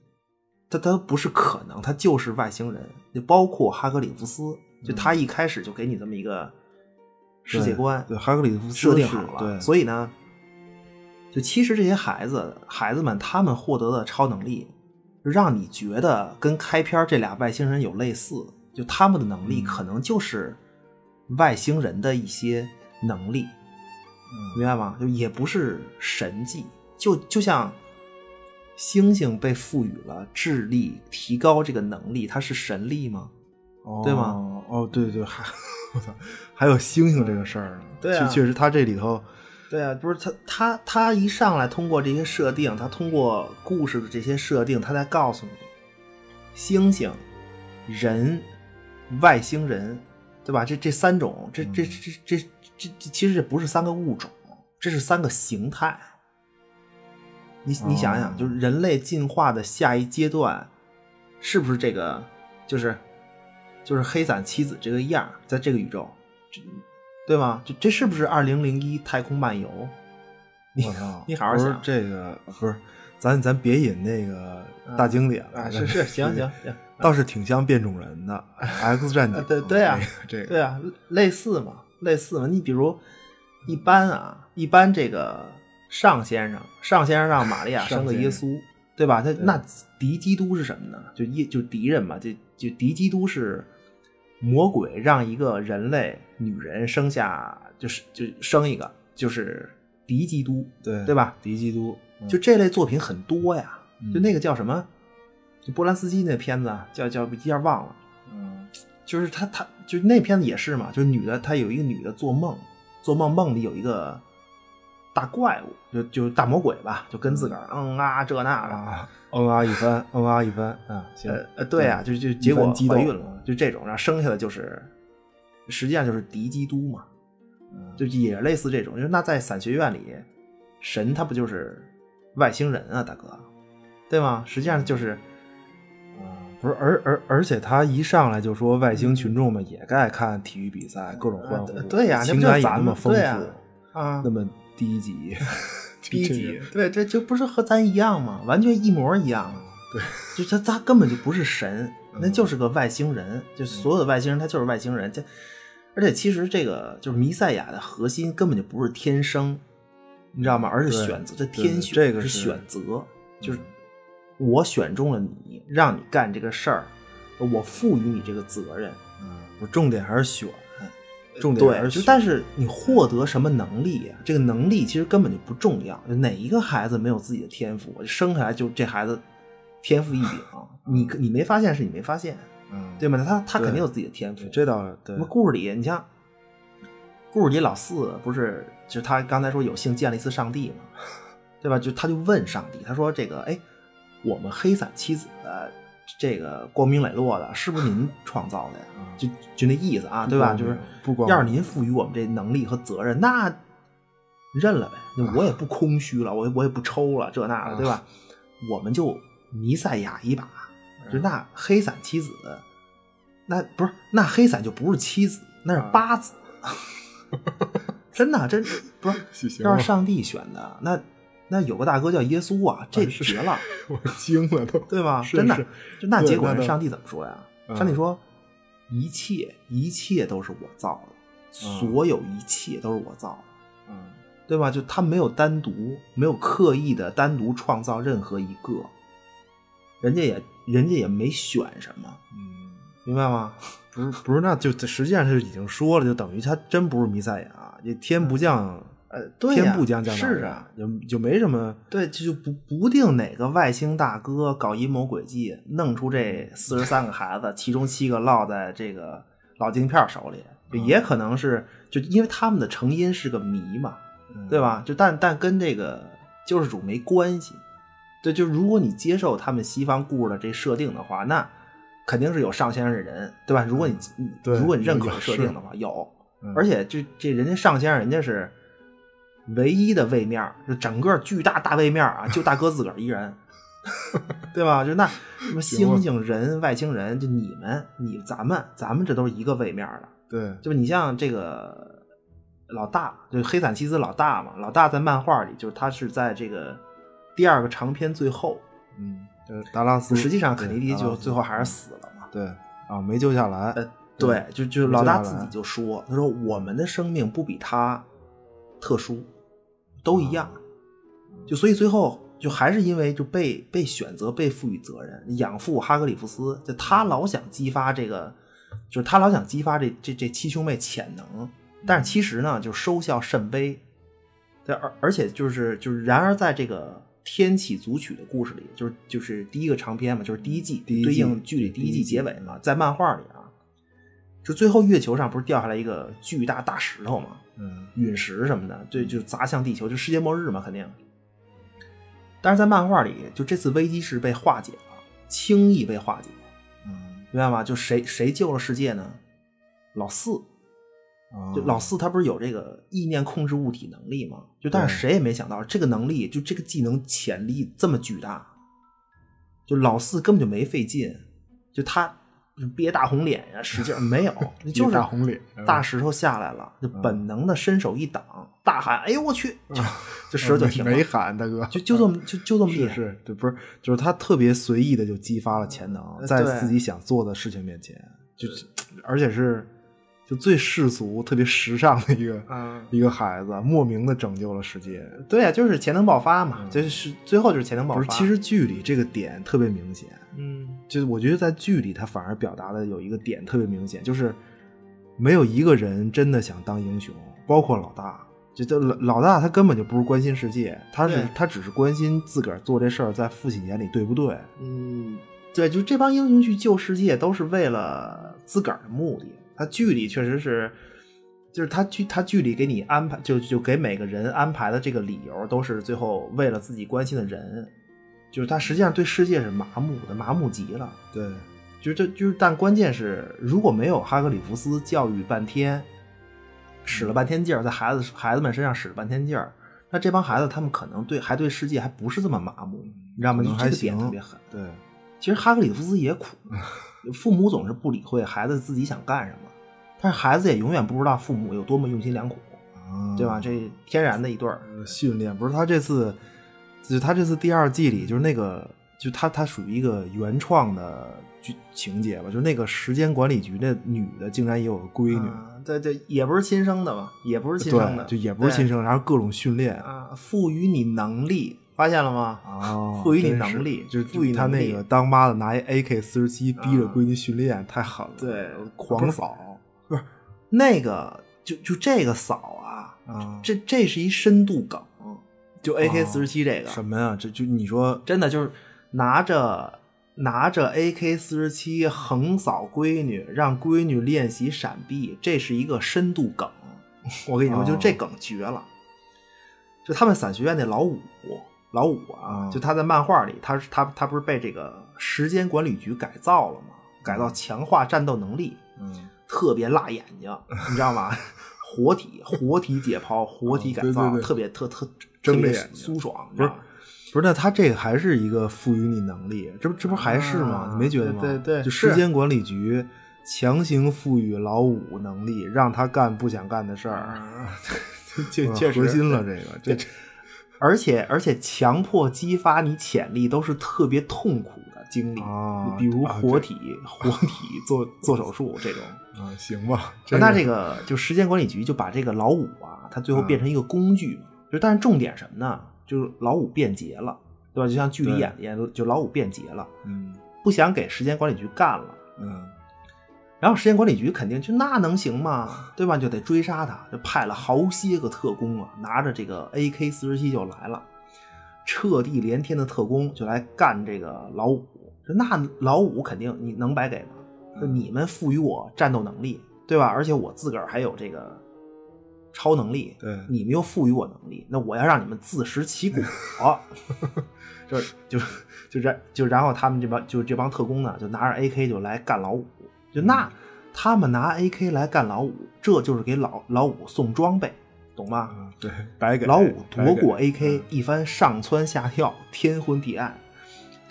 A: 他他不是可能，他就是外星人。就包括哈格里夫斯，就他一开始就给你这么一个世界观，
B: 对对哈格里夫斯
A: 设定
B: 是
A: 好
B: 对
A: 了。所以呢，就其实这些孩子孩子们他们获得的超能力，就让你觉得跟开篇这俩外星人有类似，就他们的能
B: 嗯
A: 力可能就是外星人的一些能力。
B: 嗯
A: 明白吗？就也不是神迹，就就像星星被赋予了智力，提高这个能力，它是神力吗？
B: 哦
A: 对吗？
B: 哦，对对，还 [LAUGHS] 我操，还有星星这个事儿呢，
A: 对啊
B: 确确实他这里头
A: 对啊，不是他他他一上来通过这些设定，他通过故事的这些设定，他在告诉你，猩猩、人、外星人，对吧？这这三种，这这这这这这这其实这不是三个物种，这是三个形态。你你想
B: 哦
A: 想，就是人类进化的下一阶段，是不是这个？就是就是黑伞妻子这个样儿，在这个宇宙，这对吗？这这是不是二零零一太空漫游？你
B: 我操
A: 你好好
B: 不是
A: 想
B: 这个不是，咱咱别引那个大经典了，
A: 嗯
B: [LAUGHS]
A: 啊，是是，行行行，
B: 倒是挺像变种
A: [LAUGHS]
B: 人的 X 战警。
A: 对对啊
B: 这个，这
A: 对
B: 个
A: 啊，类似嘛，类似嘛。你比如，一般啊，一般这个尚先生，尚先生让玛利亚
B: 尚
A: 生个
B: 先
A: 耶
B: 生
A: 稣，对吧？他那敌基督是什么呢？就耶就敌人嘛，就就敌基督是魔鬼让一个人类女人生下，就是就生一个，就是敌基督，
B: 对
A: 对吧？
B: 敌基督，嗯
A: 就这类作品很多呀，
B: 嗯
A: 就那个叫什么，就波兰斯基那片子啊，叫叫一下忘了。
B: 嗯
A: 就是他他就是那片子也是嘛，就是女的她有一个女的做梦，做梦梦里有一个大怪物，就就是大魔鬼吧，就跟自个儿嗯啊这那的，
B: 啊，嗯啊一番，嗯啊一番啊，行，
A: 呃呃对啊，就就
B: 一
A: 结
B: 番
A: 果
B: 激
A: 怀
B: 斗
A: 孕了，就这种，然后生下来就是实际上就是敌基督嘛，
B: 嗯
A: 就也类似这种，就是那在伞学院里，神他不就是外星人啊，大哥，对吗？实际上就是
B: 不是，而而而且他一上来就说外星群众们也该看体育比赛，各种欢呼，
A: 呃对呀那不
B: 情
A: 就
B: 感也
A: 咱
B: 那么
A: 们
B: 丰
A: 对呀
B: 富，
A: 啊
B: 嗯那么低级，
A: [LAUGHS] 低
B: [LAUGHS] 这
A: 级
B: 个，
A: 对，这就不是和咱一样嘛，完全一模一样啊嘛。
B: 啊对，
A: 就他他根本就不是神，那
B: 嗯
A: 就是个外星人，就所有的外星人他就是外星人。这而且其实这个就是弥赛亚的核心根本就不是天生，你知道吗？而是
B: 对
A: 选择，这
B: 对
A: 天选，
B: 这个
A: 是
B: 是嗯
A: 选择，就是我选中了你，让你干这个事儿，我赋予你这个责任。
B: 嗯，不是重点还是选，重点还
A: 呃对，
B: 是
A: 就
B: 选，
A: 但是你获得什么能力呀、这个能力其实根本就不重要。哪一个孩子没有自己的天赋？生下来就这孩子天赋异
B: [LAUGHS]
A: 禀，你你没发现是你没发现，
B: 嗯
A: 对吗？他他
B: 对
A: 肯定有自己的天赋。
B: 这倒是对
A: 什么，故事里，你像故事里老四不是，就是他刚才说有幸见了一次上帝嘛，对吧？就他就问上帝，他说这个，哎，我们黑伞七子的这个光明磊落的，是不是您创造的呀？
B: 嗯
A: 就就那意思啊，
B: 不
A: 对吧？
B: 光
A: 就是
B: 明不光明
A: 要是您赋予我们这能力和责任，那认了呗，那我也不空虚了，我也我也不抽了，这那
B: 啊
A: 的，对吧？我们就弥赛亚一把，就
B: 嗯
A: 那黑伞妻子，那不是那黑伞就不是妻子，那
B: 啊
A: 是八
B: [LAUGHS]
A: 子，真的真不是。
B: 行
A: 要
B: 了
A: 是上帝选的，那那有个大哥叫耶稣啊，这
B: 是
A: 绝了，
B: 我惊了都，
A: 对吗？
B: 是
A: 真的
B: 是，
A: 就那
B: 对
A: 结果
B: 那
A: 人
B: 倒
A: 上帝怎么说呀？
B: 嗯
A: 上帝说：“一切一切都是我造的，
B: 嗯
A: 所有一切都是我造的。”
B: [LAUGHS] 嗯
A: 对吧？就他没有单独，没有刻意的单独创造任何一个，人家也人家也没选什么，
B: 嗯。
A: 明白吗？
B: 不是不是，那就实际上是已经说了，就等于他真不是弥赛亚，这天不降，
A: 呃，对呀
B: 天不降降大
A: 是
B: 任
A: 啊，，
B: 就就没什么
A: 对，这就不不定哪个外星大哥搞阴谋诡计，弄出这四十三个孩子，其中七个落在这个老金片手里，就
B: 嗯
A: 也可能是就因为他们的成因是个谜嘛，
B: 嗯
A: 对？吧？就但但跟这个救世主没关系。对，就如果你接受他们西方故事的这设定的话，那肯定是有上先生的人，对吧？如果你你
B: 嗯对
A: 如果你认可
B: 有
A: 设定的话，有，
B: 嗯
A: 而且这这人家上先生人家是唯一的位面儿，就整个巨大大位面儿啊，就大哥自个儿一
B: [LAUGHS]
A: 人，对吧？就那什么
B: 行了
A: 猩猩人、外星人，就你们、你咱们、咱们这都是一个位面儿的，
B: 对，
A: 就是你像这个老大，就是黑伞妻子老大嘛，老大在漫画里就是他是在这个第二个长篇最后，
B: 嗯，就是达拉斯，
A: 实际上肯尼迪
B: 对达拉
A: 就
B: 斯
A: 最后还是死了嘛。
B: 对啊，没救下来，
A: 呃，对，就就
B: 没
A: 老大
B: 救下
A: 自
B: 来
A: 己就说，他说我们的生命不比他特殊，都一样，就所以最后。就还是因为就被被选择被赋予责任，养父哈格里夫斯就他老想激发这个，就是他老想激发这这这七兄妹潜能，但是其实呢，就收效甚微。对，而而且就是就是，然而在这个天启组曲的故事里，就是就是第一个长篇嘛，就是第一季，
B: 第一季
A: 对应剧里第一季结尾嘛，在漫画里啊，就最后月球上不是掉下来一个巨大大石头嘛，
B: 嗯
A: 陨石什么的，对，就砸向地球，就世界末日嘛，肯定。但是在漫画里，就这次危机是被化解了，轻易被化解，
B: 嗯
A: 明白吗？就谁谁救了世界呢？老四，
B: 啊，
A: 就老四他不是有这个意念控制物体能力吗？就但是谁也没想到这个能力，就这个技能潜力这么巨大，就老四根本就没费劲，就他憋大红脸
B: [LAUGHS]
A: 呀，使劲儿没有，就是
B: 大红脸嗯
A: 大石头下来了，就本能的伸手一挡，大喊：“哎呦我去！”就就石头就停了，
B: 呃嗯没喊大哥，嗯
A: 就就这么就就这么厉
B: 是
A: 害。
B: 是，对，不是，就是他特别随意的就激发了潜能，
A: 呃
B: 在
A: 对
B: 自己想做的事情面前，就是而且是就最世俗、特别时尚的一个、
A: 嗯
B: 一个孩子，莫名的拯救了世界。
A: 对呀，就是潜能爆发嘛，就是最后就是潜能爆
B: 嗯不
A: 发。
B: 是，其实剧里这个点特别明显，
A: 嗯，
B: 就是我觉得在剧里他反而表达的有一个点特别明显，就是没有一个人真的想当英雄，包括老大。就就老老大他根本就不是关心世界，他是
A: 对
B: 他只是关心自个儿做这事儿在父亲眼里对不对。
A: 嗯，对，就这帮英雄去救世界都是为了自个儿的目的。他剧里确实是，就是他剧他剧里给你安排，就就给每个人安排的这个理由都是最后为了自己关心的人，就是他实际上对世界是麻木的，麻木极了。
B: 对，
A: 就是这就是，但关键是如果没有哈格里夫斯教育半天，使了半天劲儿，在孩子孩子们身上使了半天劲儿，那这帮孩子他们可能对还对世界还不是这么麻木，
B: 嗯
A: 你知道吗？
B: 可
A: 就
B: 能
A: 这
B: 还
A: 个点
B: 行
A: 特别狠。
B: 对，
A: 其实哈格里夫斯也苦，父母总是不理会孩子自己想干什么，但是孩子也永远不知道父母有多么用心良苦，
B: 啊
A: 对吧？这天然的一对儿，
B: 呃训练不是他这次，就是他这次第二季里，就是那个，就他他属于一个原创的剧情节吧，就是那个时间管理局那女的竟然也有个闺女，
A: 啊对对，也不是亲生的嘛，也不是亲生的，
B: 对，就也不是
A: 对
B: 亲生，然后各种训练
A: 啊，赋予你能力，发现了吗？
B: 啊
A: 赋予你
B: 真
A: 能
B: 是
A: 力
B: 就是
A: 赋予
B: 就他
A: 能
B: 那
A: 力
B: 个当妈的拿一 AK 四十七逼着
A: 啊
B: 闺女训练，太狠了，
A: 对
B: 狂扫
A: 那个就就这个扫啊，
B: 啊，
A: 这这是一深度梗，就 AK 四十七这个，
B: 哦什么呀？这就你说
A: 真的就是拿着拿着 AK 四十七横扫闺女，让闺女练习闪避，这是一个深度梗。我跟你说，
B: 哦
A: 就这梗绝了。就他们伞学院那老五，老五啊，
B: 嗯
A: 就他在漫画里，他是他他不是被这个时间管理局改造了吗？改造强化战斗能力，
B: 嗯，
A: 特别辣眼睛，你知道吗？ [LAUGHS] 活体活体解剖，活体改造，
B: 哦对对对
A: 特别特特
B: 睁
A: 特别
B: 着眼睛
A: 舒爽，你知道吗？
B: 不是，那他这个还是一个赋予你能力，这不这不还是
A: 啊
B: 吗？你没觉得吗？
A: 对对对
B: 就是时间管理局强行赋予老五能力，让他干不想干的事儿，
A: [LAUGHS] 确
B: 啊
A: 嗯确实
B: 核心了。这个这这
A: 而且而且强迫激发你潜力都是特别痛苦的经历，
B: 啊
A: 比如
B: 啊
A: 活体、活体做做手术这种。
B: 啊行吧？
A: 那这个就时间管理局就把这个老五啊，他最后变成一个工具嘛。就但是重点什么呢？就是老五变节了，对吧？就像剧里
B: 对
A: 演的一样，就老五变节了，
B: 嗯
A: 不想给时间管理局干了。
B: 嗯
A: 然后时间管理局肯定就那能行吗？对吧？就得追杀他，就派了好些个特工啊，拿着这个 AK 四十七就来了，彻地连天的特工就来干这个老五。就那老五肯定你能白给吗？就你们赋予我战斗能力，对吧？而且我自个儿还有这个超能力，
B: 对
A: 你们又赋予我能力，那我要让你们自食其果。
B: [LAUGHS]
A: 就就就这就然后他们这帮就这帮特工呢，就拿着 AK 就来干老五，就
B: 嗯
A: 那他们拿 AK 来干老五，这就是给老老五送装备，懂吗？
B: 啊对白给
A: 老五夺过
B: 白给嗯
A: AK，一番上蹿下跳，天昏地暗。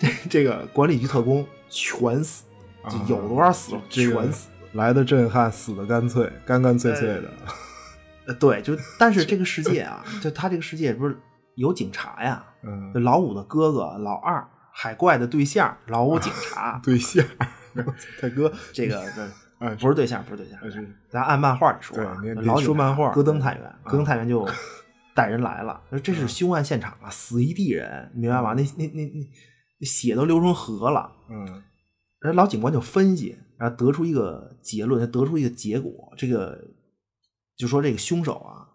A: [LAUGHS] 这这个管理局特工全死，就
B: 啊
A: 有多少死
B: 这个
A: 全死。
B: 来的震撼，死的干脆，干干脆脆的。
A: 呃，对，就但
B: [LAUGHS]
A: 是这个世界啊，就他这个世界不是有警察呀？
B: 嗯，
A: 就，老五的哥哥老二，海怪的对象老五警察
B: 对象，大哥，
A: [LAUGHS] 这个这
B: 哎
A: 不是对象，不是对象，
B: 哎是
A: 咱按漫画里说啊，
B: 对你
A: 老
B: 你说
A: 警察
B: 漫画啊
A: 戈登探员，戈登探员
B: [LAUGHS]
A: 就带人来了，说这是凶案现场啊，死一地人，你明
B: 啊
A: 白吗？那那那那那血都流成河了。
B: 嗯 [LAUGHS]
A: 然后老警官就分析，然后得出一个结论，得出一个结果，这个就说这个凶手啊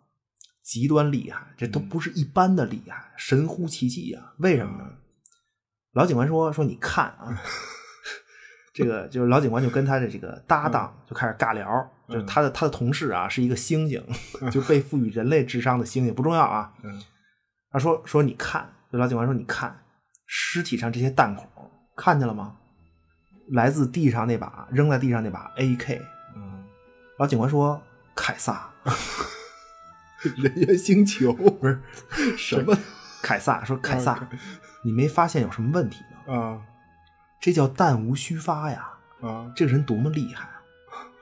A: 极端厉害，这都
B: 嗯
A: 不是一般的厉害，神乎其技啊！为什么呢？老警官说说你看啊，这个就是老警官就跟他的这个搭档就开始尬聊，就是他的他的同事啊是一个猩猩，就被赋予人类智商的猩猩，不重要啊。
B: 嗯
A: 他说说你看，就老警官说你看，尸体上这些弹孔，看见了吗？来自地上那把扔在地上那把 AK。
B: 嗯，
A: 老警官说凯撒
B: 人猿星球不是
A: 什么？ [LAUGHS] 哦凯撒说凯撒，你没发现有什么问题吗？
B: 啊
A: 这叫弹无虚发呀！
B: 啊
A: 这个人多么厉害啊！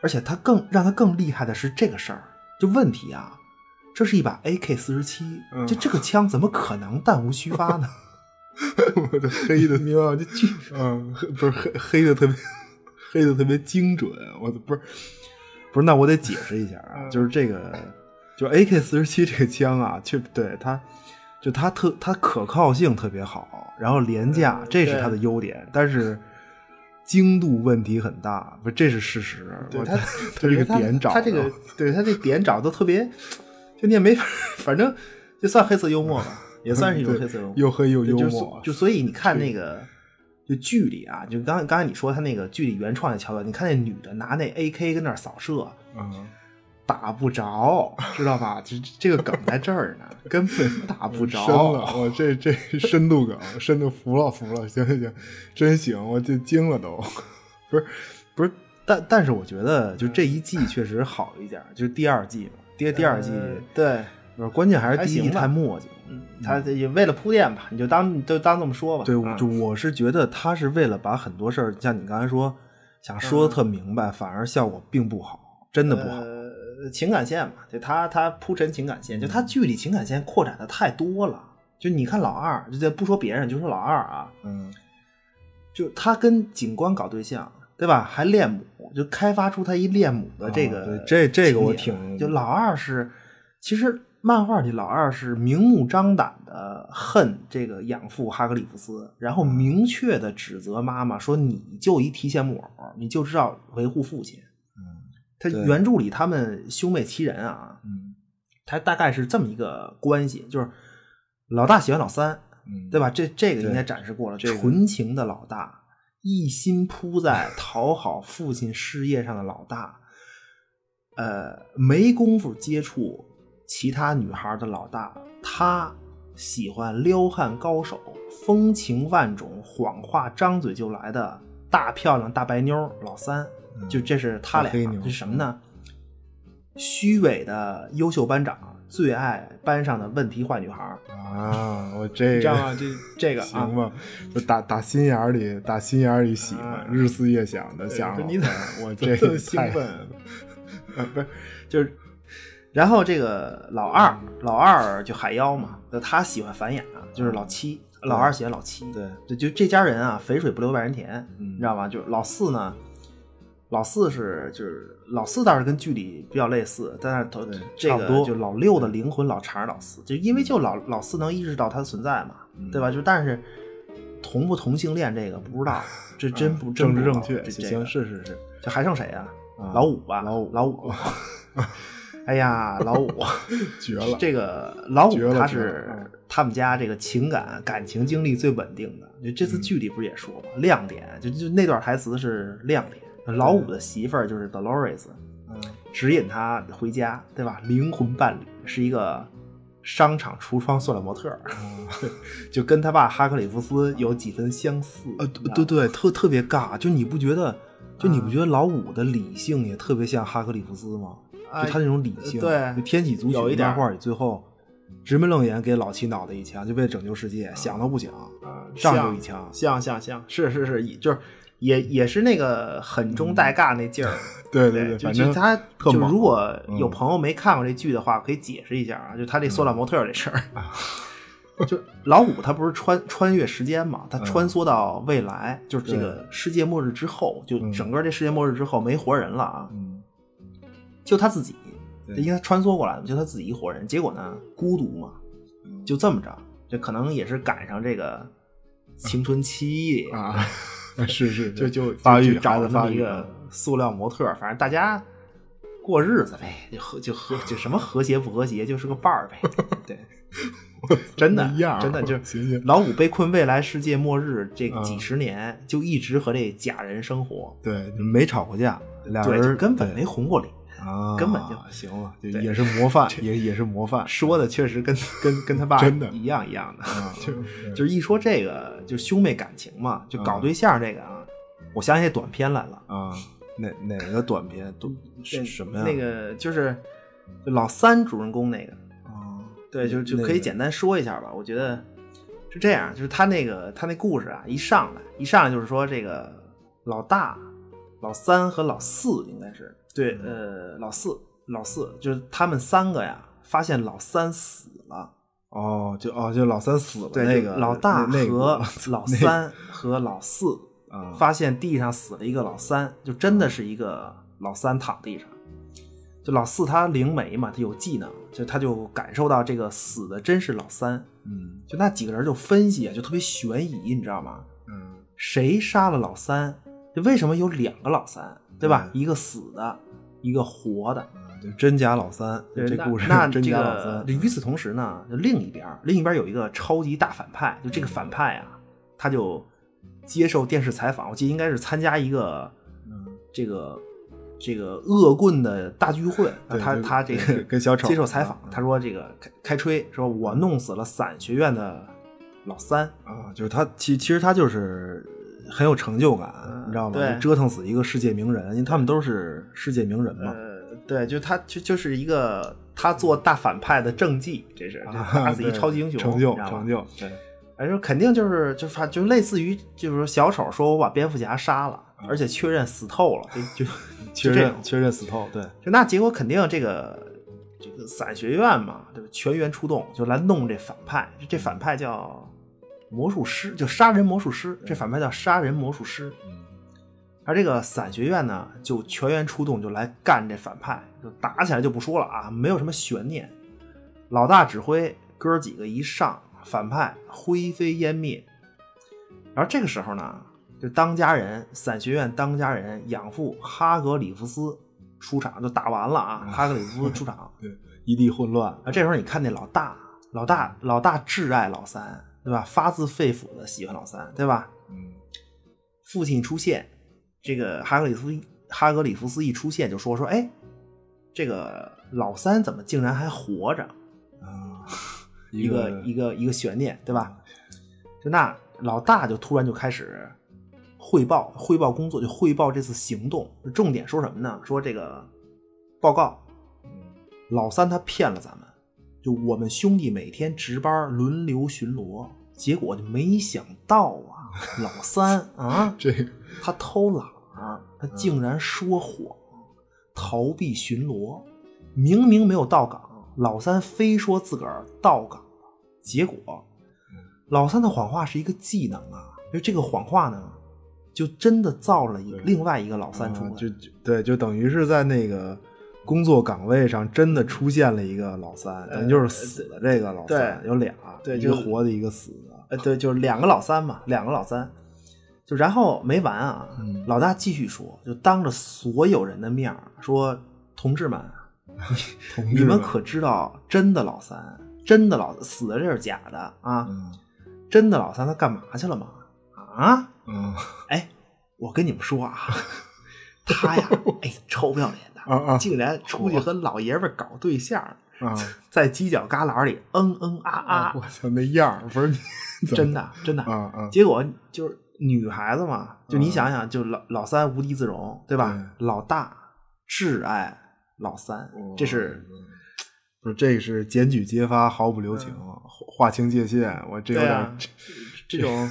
A: 而且他更让他更厉害的是这个事儿，就问题啊，这是一把 AK 四十七，就这个枪怎么可能弹无虚发呢？ [LAUGHS]
B: 我的黑 [LAUGHS] 的，
A: 明白吗？就巨
B: 嗯，黑不是黑黑的
A: [LAUGHS]
B: 特别，黑的特别精准。我的不是
A: 不是，那我得解释一下啊，
B: 嗯
A: 就是这个，
B: 就 AK 四十七这个枪啊，确对它，
A: 就它特它可靠性特别好，然后廉
B: 嗯
A: 价，这是它的优点，但是精度问题很大，不，这是事实。
B: 对
A: 我 [LAUGHS]
B: 它
A: 它这个点找
B: 它这个
A: 的
B: 对它这点找的特别
A: 就你也没法，反正就算黑色幽默吧，也算是一种
B: 对
A: 黑色幽默，
B: 又黑又
A: 对
B: 幽
A: 就是所
B: 默，啊
A: 就所以你看那个就剧里啊，就刚刚才你说他那个剧里原创的桥段，你看那女的拿那 AK 跟那儿扫射，
B: 嗯
A: 打不着，知道吧？这这个梗在这儿呢，根本打不
B: [LAUGHS] 深了，
A: 着。
B: 我这这深度梗，深度服了服了，行行行，真行，我就惊了都，不是
A: 不是，但但是我觉得就这一季确实好一点，就是第二季嘛，第第二季，
B: 呃对，
A: 不是关键还是第一季
B: 还行吧
A: 太磨叽了。
B: 他
A: 也为了铺垫吧，你就当就当这么说吧对，啊
B: 嗯
A: 就我是觉得他是为了把很多事儿，像你刚才说，想说的特明
B: 嗯
A: 白，反而效果并不好，真的不好。
B: 呃，情感线嘛，就他他铺陈情感线，
A: 就他剧里情感线扩展的太多了。就你看老二，就这不说别人，就说老二啊，
B: 嗯
A: 就他跟警官搞对象，对吧？还恋母，就开发出他一恋母的这个、
B: 啊对这这个我
A: 情节
B: 挺
A: 就老二是，其实漫画里老二是明目张胆的恨这个养父哈格里夫斯，然
B: 啊
A: 后明确的指责妈妈说：“你就一提线木偶，你就知道维护父亲。”他
B: 对
A: 原著里他们兄妹七人啊，
B: 嗯
A: 他大概是这么一个关系，就是老大喜欢老三，
B: 嗯，
A: 对
B: 吧？
A: 吧？这这个
B: 对
A: 应该展示过了，
B: 这个
A: 纯情的老大，一心扑
B: [LAUGHS]
A: 在讨好父亲事业上的老大，呃，没工夫接触其他女孩的老大，他喜欢撩汉高手，风情万种，谎话张嘴就来的大漂亮大白妞儿老三，
B: 嗯
A: 就这是他
B: 大黑
A: 俩
B: 妞，嗯
A: 是什么呢？虚伪的优秀班长，最爱班上的问题坏女孩儿，
B: 啊，我这
A: 你知道 [LAUGHS] 吗？
B: 个
A: 这这个啊，
B: [LAUGHS] 行吧，就打打心眼儿里，打心眼儿里喜欢
A: 啊，
B: 日思夜想的想
A: 对
B: 着
A: 你怎么
B: [LAUGHS] 我
A: 怎
B: 这
A: 么这么
B: 个
A: 兴
B: 太
A: 奋啊？不是，就是，然后这个老二，老二就海妖嘛，就他喜欢反雅，就是老七，老二喜欢老七，
B: 嗯对，
A: 对，就这家人啊，肥水不流外人田，
B: 嗯
A: 你知道吗？就是老四呢，老四是就是老四倒是跟剧里比较类似，但是头
B: 对
A: 这
B: 差
A: 个
B: 不多
A: 就老六的灵魂老缠着老四，就因为就老老四能意识到他的存在嘛，
B: 嗯
A: 对吧？就但是同不同性恋这个不知道，这真不、真
B: 啊
A: 不
B: 政治
A: 知道
B: 正确，
A: 这这
B: 行
A: 个
B: 是是是，
A: 就还剩谁啊？
B: 啊
A: 老五吧，
B: 老五
A: 老
B: [LAUGHS]
A: 五。哎呀，老五，
B: 绝了，
A: 这个老
B: 绝
A: 五
B: 了
A: 他
B: 绝了
A: 是
B: 嗯
A: 他们家这个情感感情经历最稳定的。就这次
B: 嗯
A: 剧里不是也说嘛，亮点就就那段台词是亮点。老五的媳妇儿就是 Dolores，
B: 嗯
A: 指引他回家，对吧？灵魂伴侣是一个商场橱窗塑料模特儿，就跟他爸哈克里夫斯有几分相似。
B: 呃
A: 你知道
B: 对
A: 吗
B: 对，特特别尬，就你不觉得，就你不
A: 啊
B: 觉得老五的理性也特别像哈克里夫斯吗？
A: 哎
B: 就他那种理性，
A: 对
B: 就天启族
A: 有一
B: 群
A: 点
B: 漫画里最后直门楞眼给老七脑袋一枪，就为了拯救世界，想都不想，上就一枪，
A: 嗯像像像，啊是是是，也就是也也是那个狠中带尬那劲儿。
B: 嗯 [LAUGHS] 对
A: 对，就
B: 反
A: 就
B: 正
A: 他
B: 特
A: 就是
B: 猛
A: 如果有
B: 嗯
A: 朋友没看过这剧的话，可以解释一下啊，就他这塑料模特儿这事儿。
B: 啊
A: [LAUGHS] 就老五他不是穿穿越时间嘛，他
B: 嗯
A: 穿梭到未来，就是这个世界末日之后，就
B: 嗯
A: 整个这世界末日之后没活人了啊，
B: 嗯，
A: 就他自己，
B: 对
A: 应该穿梭过来的，就他自己一活人。结果呢，孤独嘛，
B: 嗯
A: 就这么着，这可能也是赶上这个青春期
B: 啊，是是，
A: 就就
B: 发
A: 就
B: 育
A: 去找
B: 孩子
A: 这么
B: 发
A: 一
B: 育啊
A: 个塑料模特儿，反正大家过日子呗，就和就和就什么和谐不和谐，就是个伴儿
B: [LAUGHS]
A: 呗。对，真的
B: 一样儿
A: 真的就
B: 行行
A: 老五被困未来世界末日这几
B: 嗯
A: 十年，就一直和这假人生活，
B: [LAUGHS] 对，没吵过架，俩
A: 对，就
B: 人
A: 根本
B: 对
A: 没红过脸。
B: 啊，
A: 根本就
B: 行了，就
A: 对
B: 也是模范，也也是模范，
A: 说的确实
B: [LAUGHS]
A: 跟跟跟他爸
B: 真的
A: 一样一样的，
B: 啊，就
A: [LAUGHS] 就是一说这个就兄妹感情嘛，就搞
B: 嗯
A: 对象这个啊，我想起短片来了。
B: 啊，哪哪个短片都是
A: 对
B: 什么呀？
A: 那个就是就老三主人公那个，
B: 啊，
A: 对，就就
B: 那
A: 可以
B: 个
A: 简单说一下吧。我觉得是这样，就是他那个他那故事啊，一上来一上来就是说这个老大、老
B: 嗯
A: 三和老四应该是对，呃，老四老四就是他们三个呀，发现老三死了，
B: 哦，就哦，就老三死了，
A: 对，
B: 那
A: 就
B: 个
A: 老大
B: [LAUGHS] 那那
A: [LAUGHS]
B: 个
A: 和老三和老四
B: 啊
A: 发现地上死了一个老三，就真的是一个老三躺地上。就老四他灵媒嘛，他有技能，就他就感受到这个死的真是老三。
B: 嗯
A: 就那几个人就分析啊，就特别悬疑，你知道吗？
B: 嗯
A: 谁杀了老三？就为什么有两个老三，对吧？
B: 嗯
A: 一个死的，一个活的。
B: 嗯，就真假老三，
A: 对
B: 这
A: 那
B: 故事
A: 那
B: [LAUGHS] 真
A: 这
B: 假老三
A: 个，与此同时呢，就另一边儿另一边儿有一个超级大反派，就这个反派啊，他就接受电视采访，我记得应该是参加一个
B: 嗯
A: 这个这个恶棍的大聚会，
B: 对
A: 他
B: 就
A: 他这
B: 对
A: 个
B: [LAUGHS] 跟小丑
A: 接受采访
B: 啊，
A: 他说这个开开吹说，我弄死了伞学院的老三，
B: 啊，就是他其其实他就是很有成就感，
A: 嗯
B: 你知道吗？
A: 对
B: 就折腾死一个世界名人，因为他们都是世界名人嘛。啊
A: 呃，对，就他就就是一个他做大反派的政绩，这是就
B: 啊
A: 打死一
B: [LAUGHS] 对
A: 超级英雄，
B: 成
A: 你
B: 就
A: 知道吗
B: 成就，对，
A: 反正肯定哎就是就反就类似于就是说小丑说我把蝙蝠侠杀了，而且确认死透了，就就
B: 嗯确
A: 就这
B: 认
A: 种
B: 确认死透，对，
A: 就那结果肯定这个这个伞学院嘛，对吧？全员出动就来弄这反派，这反派叫魔术师，就杀人魔术师，这反派叫杀人魔术师。而这个伞学院呢，就全员出动就来干这反派，就打起来就不说了啊，没有什么悬念。老大指挥，哥儿几个一上，反派灰飞烟灭。然后这个时候呢，就当家人伞学院当家人养父哈格里夫斯出场，就打完了啊，哈格里夫斯出场。啊
B: 一地混乱，
A: 啊，这时候你看那老大，老大老大挚爱老三，对吧？发自肺腑的喜欢老三，对吧？
B: 嗯，
A: 父亲出现，这个哈格里夫哈格里夫斯一出现就说说，哎，这个老三怎么竟然还活着？
B: 啊，
A: 嗯一个嗯一个一个悬念，对吧？就那老大就突然就开始汇报汇报工作，就汇报这次行动，重点说什么呢？说这个报告，老三他骗了咱们，就我们兄弟每天值班轮流巡逻，结果就没想到啊，老三啊，
B: 这个
A: 他偷懒儿，他竟然说谎，逃避巡逻，明明没有到岗，老三非说自个儿到岗了，结果老三的谎话是一个技能啊，就这个谎话呢，就真的造了一
B: 对
A: 另外一个老三出
B: 啊
A: 来，
B: 就就对，就等于是在那个工作岗位上真的出现了一个老三，等于就是死的这个老三
A: 呃对
B: 有俩，
A: 对
B: 一
A: 就
B: 个活的，一个死的，
A: 呃，对，就是两个老三嘛，两个老三。就然后没完啊，
B: 嗯
A: 老大继续说，就当着所有人的面儿说：“同志们，啊
B: 同
A: 你
B: 志
A: 们可知道真的老三，真的老死的这是假的啊？
B: 嗯
A: 真的老三他干嘛去了吗？啊？
B: 嗯
A: 哎，我跟你们说啊，他
B: [LAUGHS]
A: 呀，哎，臭不要脸的，
B: 啊啊
A: 竟然出去和老爷们儿搞对象儿，
B: 啊，
A: 在犄角旮旯里嗯嗯啊啊
B: 我，操那样儿不是你
A: [LAUGHS]
B: 怎么
A: 真
B: [LAUGHS]
A: 的真的
B: 啊嗯啊
A: 结果就是女孩子嘛，就你想想，就老老三无地自容，对吧？老大挚爱老三，
B: 哦
A: 这是
B: 不是这是检举揭发，毫不留情，划划清界限，我这有
A: 嗯对
B: 点
A: 啊
B: 儿，
A: 这
B: [LAUGHS]
A: 种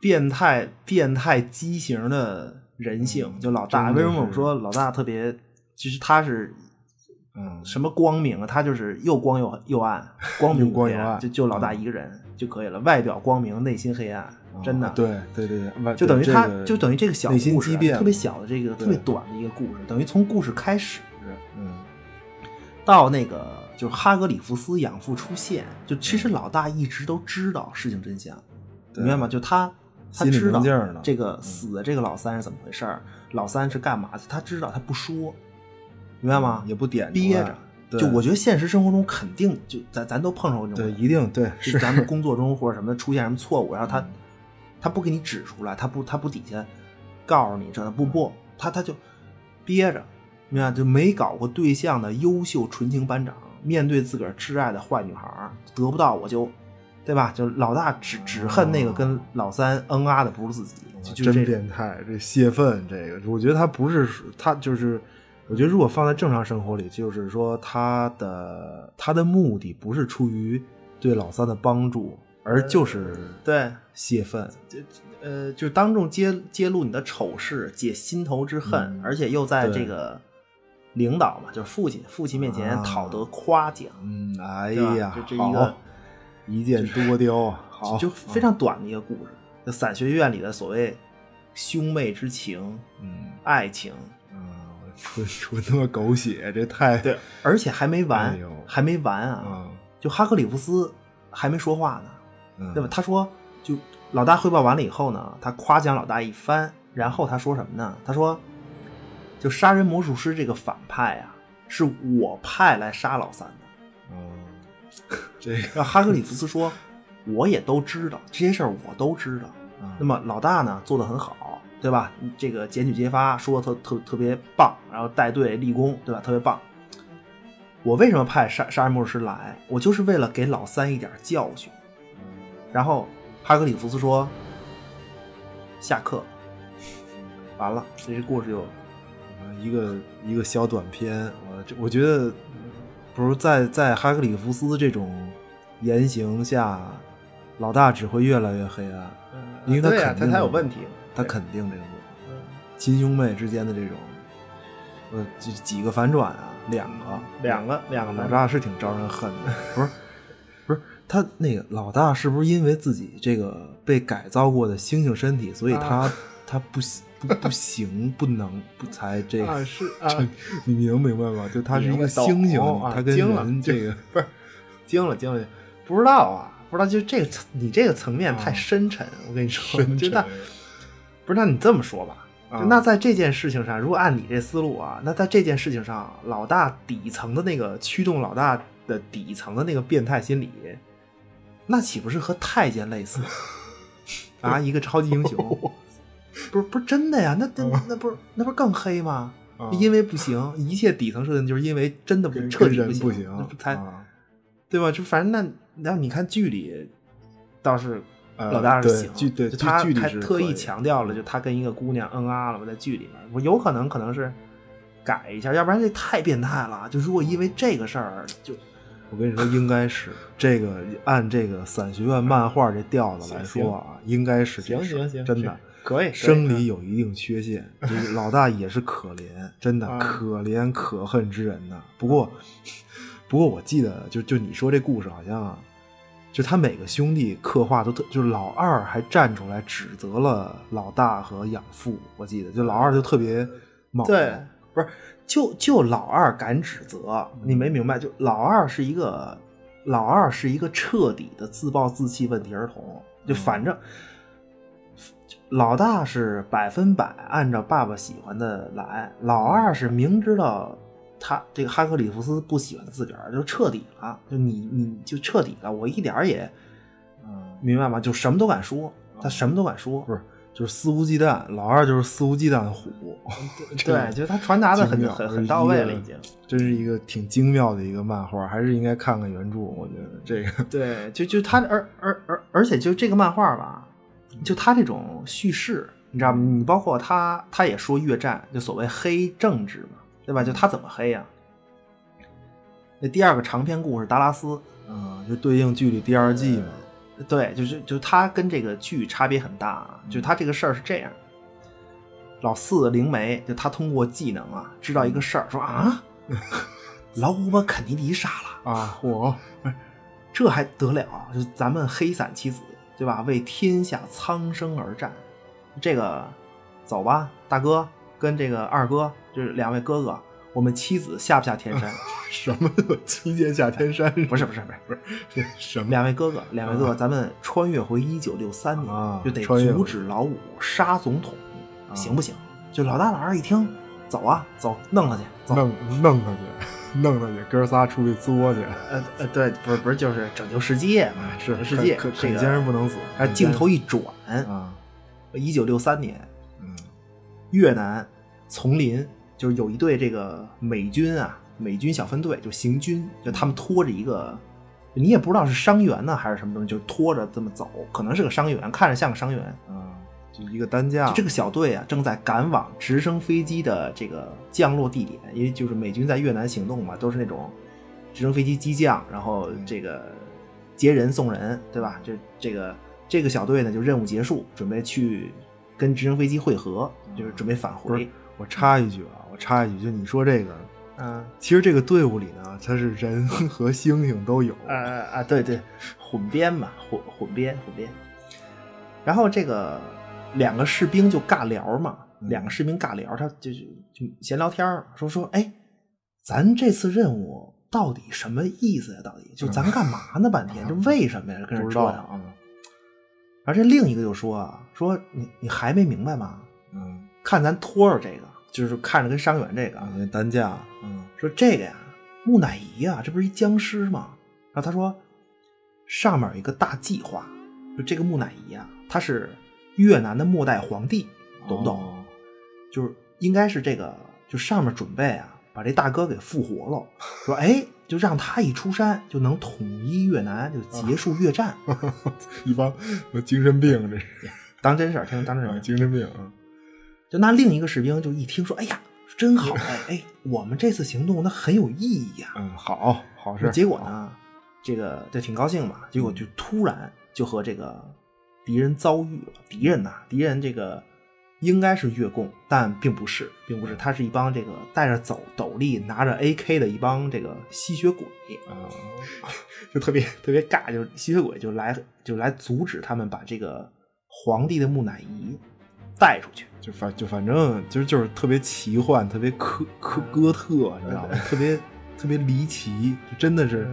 A: 变态变态畸形的人性，就老大。
B: 嗯真
A: 为
B: 的是
A: 什么我们说老大特别？其实他是
B: 嗯
A: 什么光明啊？他就是又光又又暗，光明
B: [LAUGHS] 又光又
A: 黑
B: 暗
A: 就就老大一个人就可以了，外表光明，内心黑暗，真的。
B: 啊。对对对对，
A: 就等于
B: 这
A: 他
B: 个，
A: 就等于这个小
B: 内心
A: 故事
B: 畸
A: 啊，
B: 变
A: 特别小的这个特别
B: 对
A: 短的一个故事，等于从故事开始
B: 嗯
A: 到那个就是哈格里夫斯养父出现，就其实老大一直都知道事情真相，
B: 对
A: 明白吗？就他他
B: 心里
A: 知道
B: 明镜儿呢嗯
A: 这个死的这个老三是怎么回事儿，老三是干嘛去，他知道他不说，明白吗？
B: 也不嗯点出来
A: 憋着。
B: 对
A: 就我觉得现实生活中肯定就咱咱都碰上过这种
B: 对
A: 人，
B: 一定对
A: 就是咱们工作中或者什么的出现什么错误，然后他、
B: 嗯
A: 他不给你指出来，他不他不底下告诉你这不不，他他就憋着，你看就没搞过对象的优秀纯情班长，面对自个儿挚爱的坏女孩儿，得不到我就。对吧？就老大只只恨那个跟老三恩啊的不是自己，就就
B: 哦
A: 是这
B: 真
A: 种
B: 变态，这泄愤这个，我觉得他不是他就是，我觉得如果放在正常生活里，就是说他的他的目的不是出于对老三的帮助，而就是
A: 对，
B: 泄愤，
A: 呃，就是当众揭揭露你的丑事，解心头之恨，
B: 嗯
A: 而且又在
B: 对
A: 这个领导嘛，就是父亲，父亲面前
B: 啊
A: 讨得夸奖，
B: 嗯，哎
A: 对吧
B: 呀，
A: 这这一
B: 好
A: 个
B: 一箭多雕啊，好，
A: 就非常短的一个故事。就伞学院里的所谓兄妹之情、
B: 嗯
A: 爱情，
B: 啊，我 [LAUGHS] 纯纯他妈狗血，这太
A: 对，而且还没完，
B: 哎呦
A: 还没完啊！
B: 啊，
A: 就哈克里夫斯还没说话呢，
B: 嗯
A: 对吧？他说，就老大汇报完了以后呢，他夸奖老大一番，然后他说什么呢？他说，就杀人魔术师这个反派啊，是我派来杀老三的。
B: 哦，这个
A: 让哈克里夫斯说，我也都知道这些事儿，我都知道。
B: 啊
A: 那么老大呢，做的很好，对吧？这个检举揭发说得特特特别棒，然后带队立功，对吧？特别棒。我为什么派杀杀人魔术师来？我就是为了给老三一点教训。然后哈克里夫斯说：“下课。”完了，这些故事就
B: 一个一个小短片，我这我觉得不是在在哈克里夫斯这种言行下，老大只会越来越黑暗，因为
A: 对啊
B: 肯定、
A: 他他有问题嘛
B: 他
A: 对
B: 肯定这个问题亲兄妹之间的这种，呃，几几个反转啊，两个，
A: 两个两个
B: 老
A: 哪吒
B: 大是挺招人恨的， [LAUGHS] 不是，不是他那个老大是不是因为自己这个被改造过的猩猩身体，所以他、
A: 啊
B: 他不行不不行不能不才这个、
A: 啊是
B: [LAUGHS]
A: 啊，
B: 你你能明白吗？就他是一
A: 明白
B: 个猩
A: 懂
B: 猩，
A: 啊
B: 他跟
A: 惊了
B: 人这个
A: 不是惊了惊了，不知道啊，不知道就这个层你这个层面太深沉，我跟你说，
B: 啊深
A: 就那
B: 沉
A: 不是那你这么说吧，
B: 啊
A: 就那在这件事情上，如果按你这思路啊，那在这件事情上，老大底层的那个驱动老大的底层的那个变态心理，那岂不是和太监类
B: [LAUGHS]
A: 似啊？一个超级英雄。不是不是真的呀，那那那不是那不是更黑吗？
B: 啊
A: 因为不行，一切底层设定就是因为真的不
B: 跟
A: 彻
B: 跟
A: 底
B: 人
A: 不
B: 行
A: 那不才
B: 啊
A: 对吧？就反正那那你看剧里倒是
B: 呃
A: 老大是
B: 对
A: 行，
B: 剧对
A: 就
B: 剧
A: 他
B: 剧里
A: 还
B: 是
A: 特
B: 可
A: 意
B: 以
A: 强调了，就他跟一个姑娘嗯啊了嘛，在剧里面，我有可能可能是改一下，要不然这太变态了。就如果因为这个事儿就
B: 我跟你说，应该是这个按这个伞学院漫画这调子来说啊，应该是这事儿真的
A: 可以嗯
B: 生理有一定缺陷，这个老大也是可怜，真的
A: 啊嗯
B: 可怜可恨之人呐。不过，不过我记得就就你说这故事好像啊，就他每个兄弟刻画都特，就是老二还站出来指责了老大和养父，我记得就老二就特别猛，
A: 对，不是就就老二敢指责，你没明白？就老二是一个老二是一个彻底的自暴自弃问题儿童，就反正。老大是百分百按照爸爸喜欢的来，老二是明知道他这个哈克里夫斯不喜欢自个儿，就彻底了，就你你就彻底了，我一点儿也
B: 嗯，
A: 明白吗？就什么都敢说，他什么都敢说，
B: 不是就是肆无忌惮，老二就是肆无忌惮的虎，
A: 嗯
B: [LAUGHS]
A: 对，就是他传达的很
B: 精妙
A: 很
B: 就是
A: 很
B: 一
A: 到位了，
B: 个
A: 已经。
B: 真是一个挺精妙的一个漫画，还是应该看看原著。我觉得这个，
A: 对，就就他，而而而而且就这个漫画吧，就他这种叙事，你知道吗？你包括他，他也说越战，就所谓黑政治嘛，对吧？就他怎么黑呀、那第二个长篇故事《达拉斯》，呃
B: 嗯，就对应剧里第二季嘛，
A: 对，就是就他跟这个剧差别很大啊，就他这个事儿是这样，老四灵媒就他通过技能啊知道一个事儿，说啊， [LAUGHS] 老五把肯尼迪杀了。
B: 啊，我
A: 这还得了啊？就咱们黑伞七子，对吧？为天下苍生而战，这个走吧，大哥跟这个二哥，就是两位哥哥，我们七子下不下天山？
B: 什么都七剑下天山，
A: 不是不是不是不是，
B: 这什么
A: 两位哥哥，两位哥哥，咱们穿越回一九六三年，
B: 啊
A: 就得
B: 穿越回
A: 阻止老五杀总统，
B: 啊
A: 行不行？就老大老二一听，走啊，走，弄他去，走。
B: 弄弄他去，弄他去，哥仨出去作去，
A: 呃呃，对，不是不是，就是拯救世界嘛，拯救世界，
B: 可
A: 这
B: 可
A: 个
B: 坚韧不能死。
A: 啊，镜头一转，
B: 啊，
A: 一九六三年，
B: 嗯
A: 越南丛林，就是有一队这个美军啊，美军小分队就行军，就他们拖着一个，你也不知道是伤员呢还是什么东西，就拖着这么走，可能是个伤员，看着像个伤员。
B: 啊，就一个担架，
A: 就这个小队啊，正在赶往直升飞机的这个降落地点，因为就是美军在越南行动嘛，都是那种直升飞机机降，然后这个接人送人，对吧？这这个这个小队呢，就任务结束，准备去跟直升飞机会合，就是准备返
B: 不
A: 回
B: 是。我插一句啊，我插一句，就你说这个，
A: 嗯
B: 其实这个队伍里呢，它是人和猩猩都有。
A: 啊啊啊！对对，混编嘛，混混编混编。然后这个两个士兵就尬聊嘛，
B: 嗯
A: 两个士兵尬聊，他就就就闲聊天儿说说，哎，咱这次任务到底什么意思呀、到底就咱干嘛呢？半天，这为什么呀？跟人
B: 不知
A: 折
B: 道啊
A: 腾。
B: 嗯
A: 然后这另一个就说啊，说你你还没明白吗？
B: 嗯
A: 看咱托儿这个，就是看着跟伤员这个，
B: 啊，那担架，嗯
A: 说这个呀，木乃伊啊，这不是一僵尸吗？然后他说，上面有一个大计划，就这个木乃伊啊，他是越南的末代皇帝，懂不懂？
B: 哦
A: 就是应该是这个，就上面准备啊，把这大哥给复活了，说哎，就让他一出山就能统一越南，就结束越战。
B: [LAUGHS] 一帮精神病这是
A: 当真事儿，听当真事儿。
B: 精神病啊。
A: 就那另一个士兵就一听说，哎呀，真好哎哎，我们这次行动那很有意义啊呀、
B: 嗯，好好事。
A: 结果呢，这个就挺高兴嘛，结果就突然就和这个敌人遭遇了。敌人呐、敌人这个应该是越共，但并不是，并不是，他是一帮这个带着走斗笠、拿着 AK 的一帮这个吸血鬼，
B: 啊，
A: 就特别特别尬，就是吸血鬼就来就来阻止他们把这个皇帝的木乃伊带出去。
B: 就反就反正就是就是特别奇幻，特别科科哥特，你知道吗？特别特别离奇，就真的是。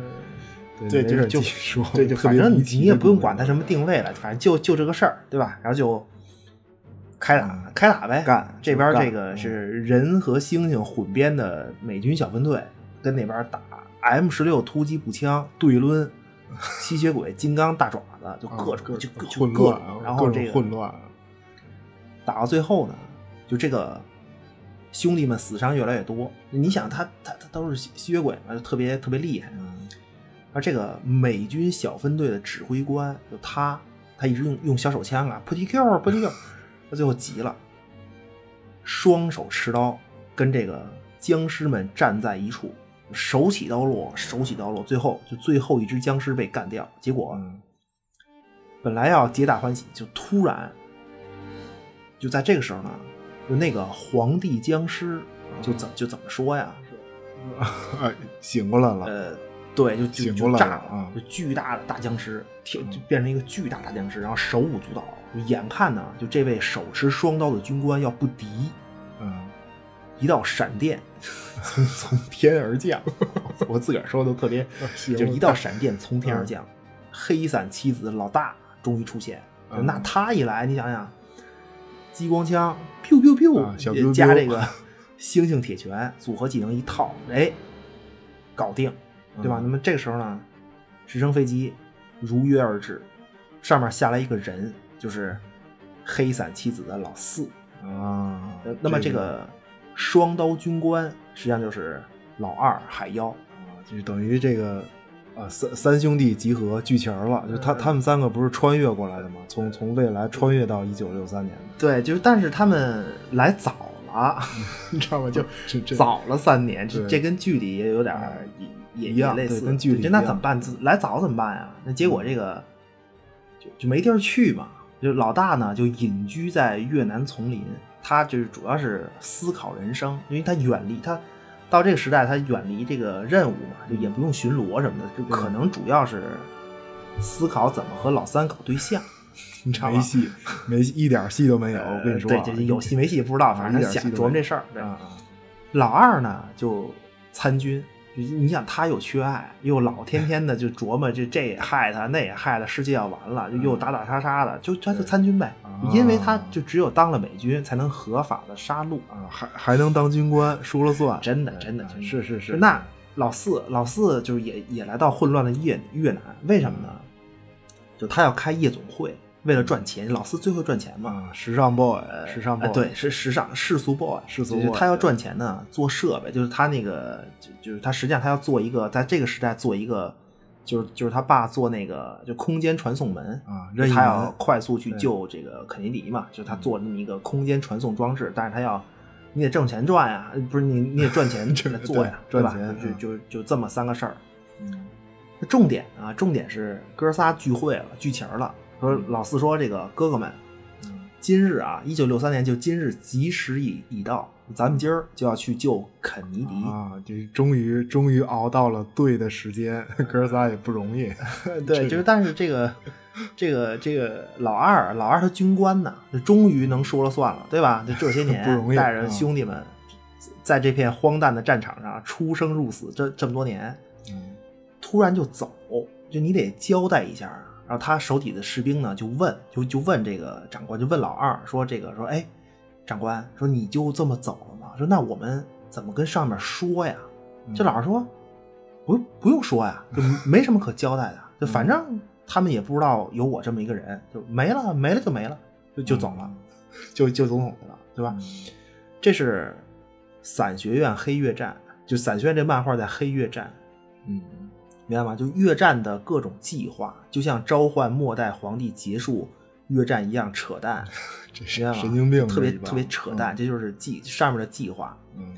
A: 对
B: 没
A: 就
B: 事
A: 就
B: 继续说，
A: 对，就
B: 特
A: 反
B: 别
A: 正
B: 离奇
A: 你也
B: 的啊
A: 不用
B: 故事
A: 管他什么定位了，反正就就这个事儿，对吧？然后就开打，开打呗，
B: 嗯干
A: 这边
B: 就干嗯
A: 这个是人和猩猩混编的美军小分队，跟那边打 M 十六突击步枪、对抡、吸血鬼、金刚大爪子，就
B: 啊
A: 各种就各
B: 各
A: 种
B: 混
A: 各
B: 乱
A: 种
B: 啊，
A: 然
B: 各
A: 后
B: 种
A: 这个
B: 混乱啊，
A: 打到最后呢，就这个兄弟们死伤越来越多。你想他他他都是吸吸血鬼嘛，就特别特别厉害。
B: 嗯
A: 而这个美军小分队的指挥官就他，他一直用用小手枪啊，扑 T Q 扑 T Q，他最后急了，双手持刀跟这个僵尸们站在一处，手起刀落，手起刀落，最后就最后一只僵尸被干掉。结果啊
B: 嗯
A: 本来要皆大欢喜，就突然就在这个时候呢，就那个皇帝僵尸就怎就怎么说呀？
B: 哎，醒过来了，
A: 呃，对，就就
B: 醒
A: 就
B: 过来
A: 炸
B: 了
A: 了，
B: 啊
A: 就巨大的大僵尸，天就变成一个巨大大僵尸，然后手舞足蹈，就眼看呢，就这位手持双刀的军官要不敌，
B: 嗯，
A: 一道闪电从从天而降，我自个儿说的都
B: [LAUGHS]
A: 特别，
B: 啊行啊
A: 就是一道闪电从天而降，黑伞七子老大终于出现，
B: 嗯
A: 那他一来，你想想，激光枪，biu biu biu，、
B: 啊小 biu biu
A: 加这个星星铁拳组合技能一套，哎，搞定。对吧？那
B: 嗯
A: 么这个时候呢，直升飞机如约而至，上面下来一个人，就是黑伞妻子的老四。
B: 啊
A: 呃，那么这个双刀军官实际上就是老二海妖。
B: 啊就等于这个啊三三兄弟集合聚齐儿了，就他
A: 嗯
B: 他们三个不是穿越过来的吗？从从未来穿越到一九六三年的，
A: 对，就是但是他们来早了，你知道吗？就
B: 这这
A: 早了三年，这
B: 对嗯
A: 这跟距离也有点儿也也
B: 一
A: 也
B: 样
A: 类似，
B: 对跟距离
A: 对
B: 一
A: 那
B: 样嗯
A: 怎么办？自来早怎么办呀？啊那结果这个就就没地儿去嘛。就老大呢，就隐居在越南丛林，他就是主要是思考人生，因为他远离他到这个时代，他远离这个任务嘛，
B: 嗯
A: 就也不用巡逻什么的，就可能主要是思考怎么和老三搞对象。你知道吗呃
B: 没？戏，没戏一点戏都没有。我跟你说啊，
A: 对，这有戏没戏不知道，
B: 啊
A: 反正
B: 一
A: 他
B: 点戏
A: 想
B: 都
A: 琢磨
B: 没
A: 这
B: 有
A: 事儿。对
B: 啊啊，
A: 老二呢就参军，就你想他又缺爱，又老天天的就琢磨这这也害他，那也害他，世界要完了，就又打打杀杀的，就他就参军呗
B: 嗯啊，
A: 因为他就只有当了美军才能合法的杀戮，
B: 啊还还能当军官，说了算，
A: 真的
B: 对
A: 真的
B: 啊
A: 真的
B: 是是是，
A: 那老四老四就是也也来到混乱的越越南，为什么
B: 嗯
A: 呢？就他要开夜总会，为了赚钱，老四最会赚钱嘛。
B: 啊，时尚 boy，时呃尚
A: 啊
B: boy，
A: 对，是时尚世俗 boy，
B: 世俗
A: 就是
B: boy，
A: 他要
B: 对
A: 赚钱呢，做设备，就是他那个，就就是他实际上他要做一个，在这个时代做一个，就是就是他爸做那个，就空间传送门
B: 啊
A: 就
B: 任意
A: 他
B: 门
A: 要快速去
B: 对嗯
A: 救这个肯尼迪嘛，就是他做这么一个空间传送装置，但是他要。你得挣钱赚呀，不是你你得赚
B: [LAUGHS]
A: 钱
B: 这
A: 来做呀，
B: 对
A: 吧
B: 赚钱？嗯
A: 就就就这么三个事儿，
B: 嗯
A: 重点啊，重点是哥仨聚会了，聚齐儿了。说老四说这个哥哥们，
B: 嗯
A: 今日啊，一九六三年就今日吉时已已到，咱们今儿就要去救肯尼迪。
B: 啊，这终于终于熬到了对的时间，哥仨也不容易。
A: [LAUGHS] 对，就是但是这个这个这个老二，老二他军官呢，就终于能说了算了，对吧？就这
B: [LAUGHS]
A: 些年
B: 不容易啊
A: 带着兄弟们在这片荒诞的战场上出生入死，这这么多年，
B: 嗯
A: 突然就走，就你得交代一下啊。然后他手底的士兵呢，就问，就就问这个长官，就问老二说：“这个说，哎，长官说你就这么走了吗？说那我们怎么跟上面说呀？”
B: 嗯
A: 这老二说：“不不用说呀，就没什么可交代的，就反正他们也不知道有我这么一个人，就没了，没了就没了，就
B: 嗯
A: 就走了，就就总统去了，对吧？这是伞学院黑月战，就伞学院这漫画在黑月战，
B: 嗯
A: 明白吗？就越战的各种计划，就像召唤末代皇帝结束越战一样扯淡，
B: 这
A: 明白
B: 是
A: 吗
B: 神经病这一帮，
A: 特别特别扯淡，这就是计上面的计划。
B: 嗯。嗯，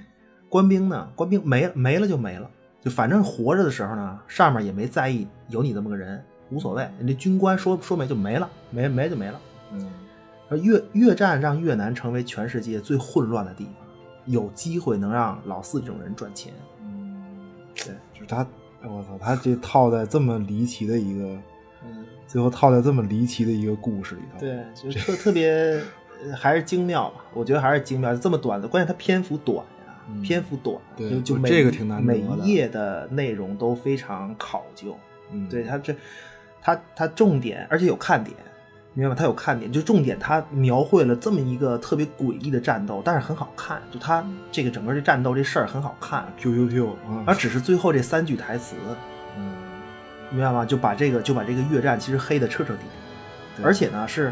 A: 官兵呢，官兵没了没了就没了，就反正活着的时候呢，上面也没在意有你这么个人，无所谓。人家军官说说没就没了，没没就没了。
B: 嗯
A: 而越越战让越南成为全世界最混乱的地方，有机会能让老四这种人赚钱。
B: 嗯，
A: 对，
B: 就是他，我操，他这套在这么离奇的一个，
A: 嗯，
B: 最后套在这么离奇的一个故事里头。，
A: 对，就特特别呃还是精妙吧，我觉得还是精妙。这么短的，关键它篇幅短呀、
B: 嗯
A: 篇幅短，
B: 对
A: 就就每
B: 这个挺难得
A: 每
B: 的
A: 一页的内容都非常考究。
B: 嗯，
A: 对他这，他他重点，而且有看点，明白吗？他有看点，就重点他描绘了这么一个特别诡异的战斗，但是很好看，就他
B: 嗯
A: 这个整个这战斗这事儿很好看，
B: ，Q Q Q 啊，
A: 而只是最后这三句台词，
B: 嗯，
A: 明白吗？就把这个就把这个越战其实黑的彻彻底底，
B: 对
A: 而且呢是，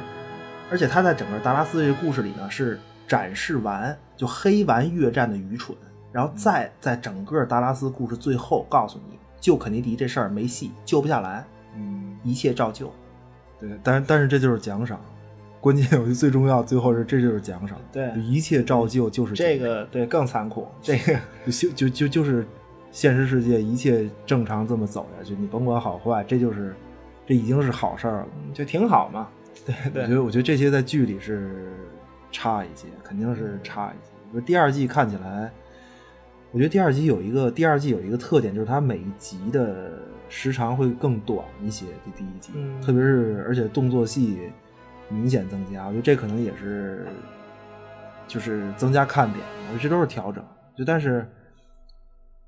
A: 而且他在整个达拉斯这个故事里呢是展示完就黑完越战的愚蠢，然后
B: 嗯
A: 再在整个达拉斯故事最后告诉你，救肯尼迪这事儿没戏，救不下来，
B: 嗯，
A: 一切照旧。 [LAUGHS]
B: 对，但是但是这就是奖赏，关键我觉得最重要，最后是这就是奖赏，
A: 对
B: 就一切照旧就是
A: 这
B: 奖赏
A: 个对更残酷，这个
B: 就 [LAUGHS] 就就就就是现实世界一切正常这么走下去，你甭管好坏，这就是这已经是好事儿了。嗯
A: 就挺好嘛。对
B: 我觉
A: 对，
B: 得我觉得这些在剧里是差一些，肯定是差一些。就第二季看起来，我觉得第二季有一个第二季有一个特点，就是它每一集的时长会更短一些，比第一集，
A: 嗯
B: 特别是而且动作戏明显增加，我觉得这可能也是就是增加看点，我觉得这都是调整。就但是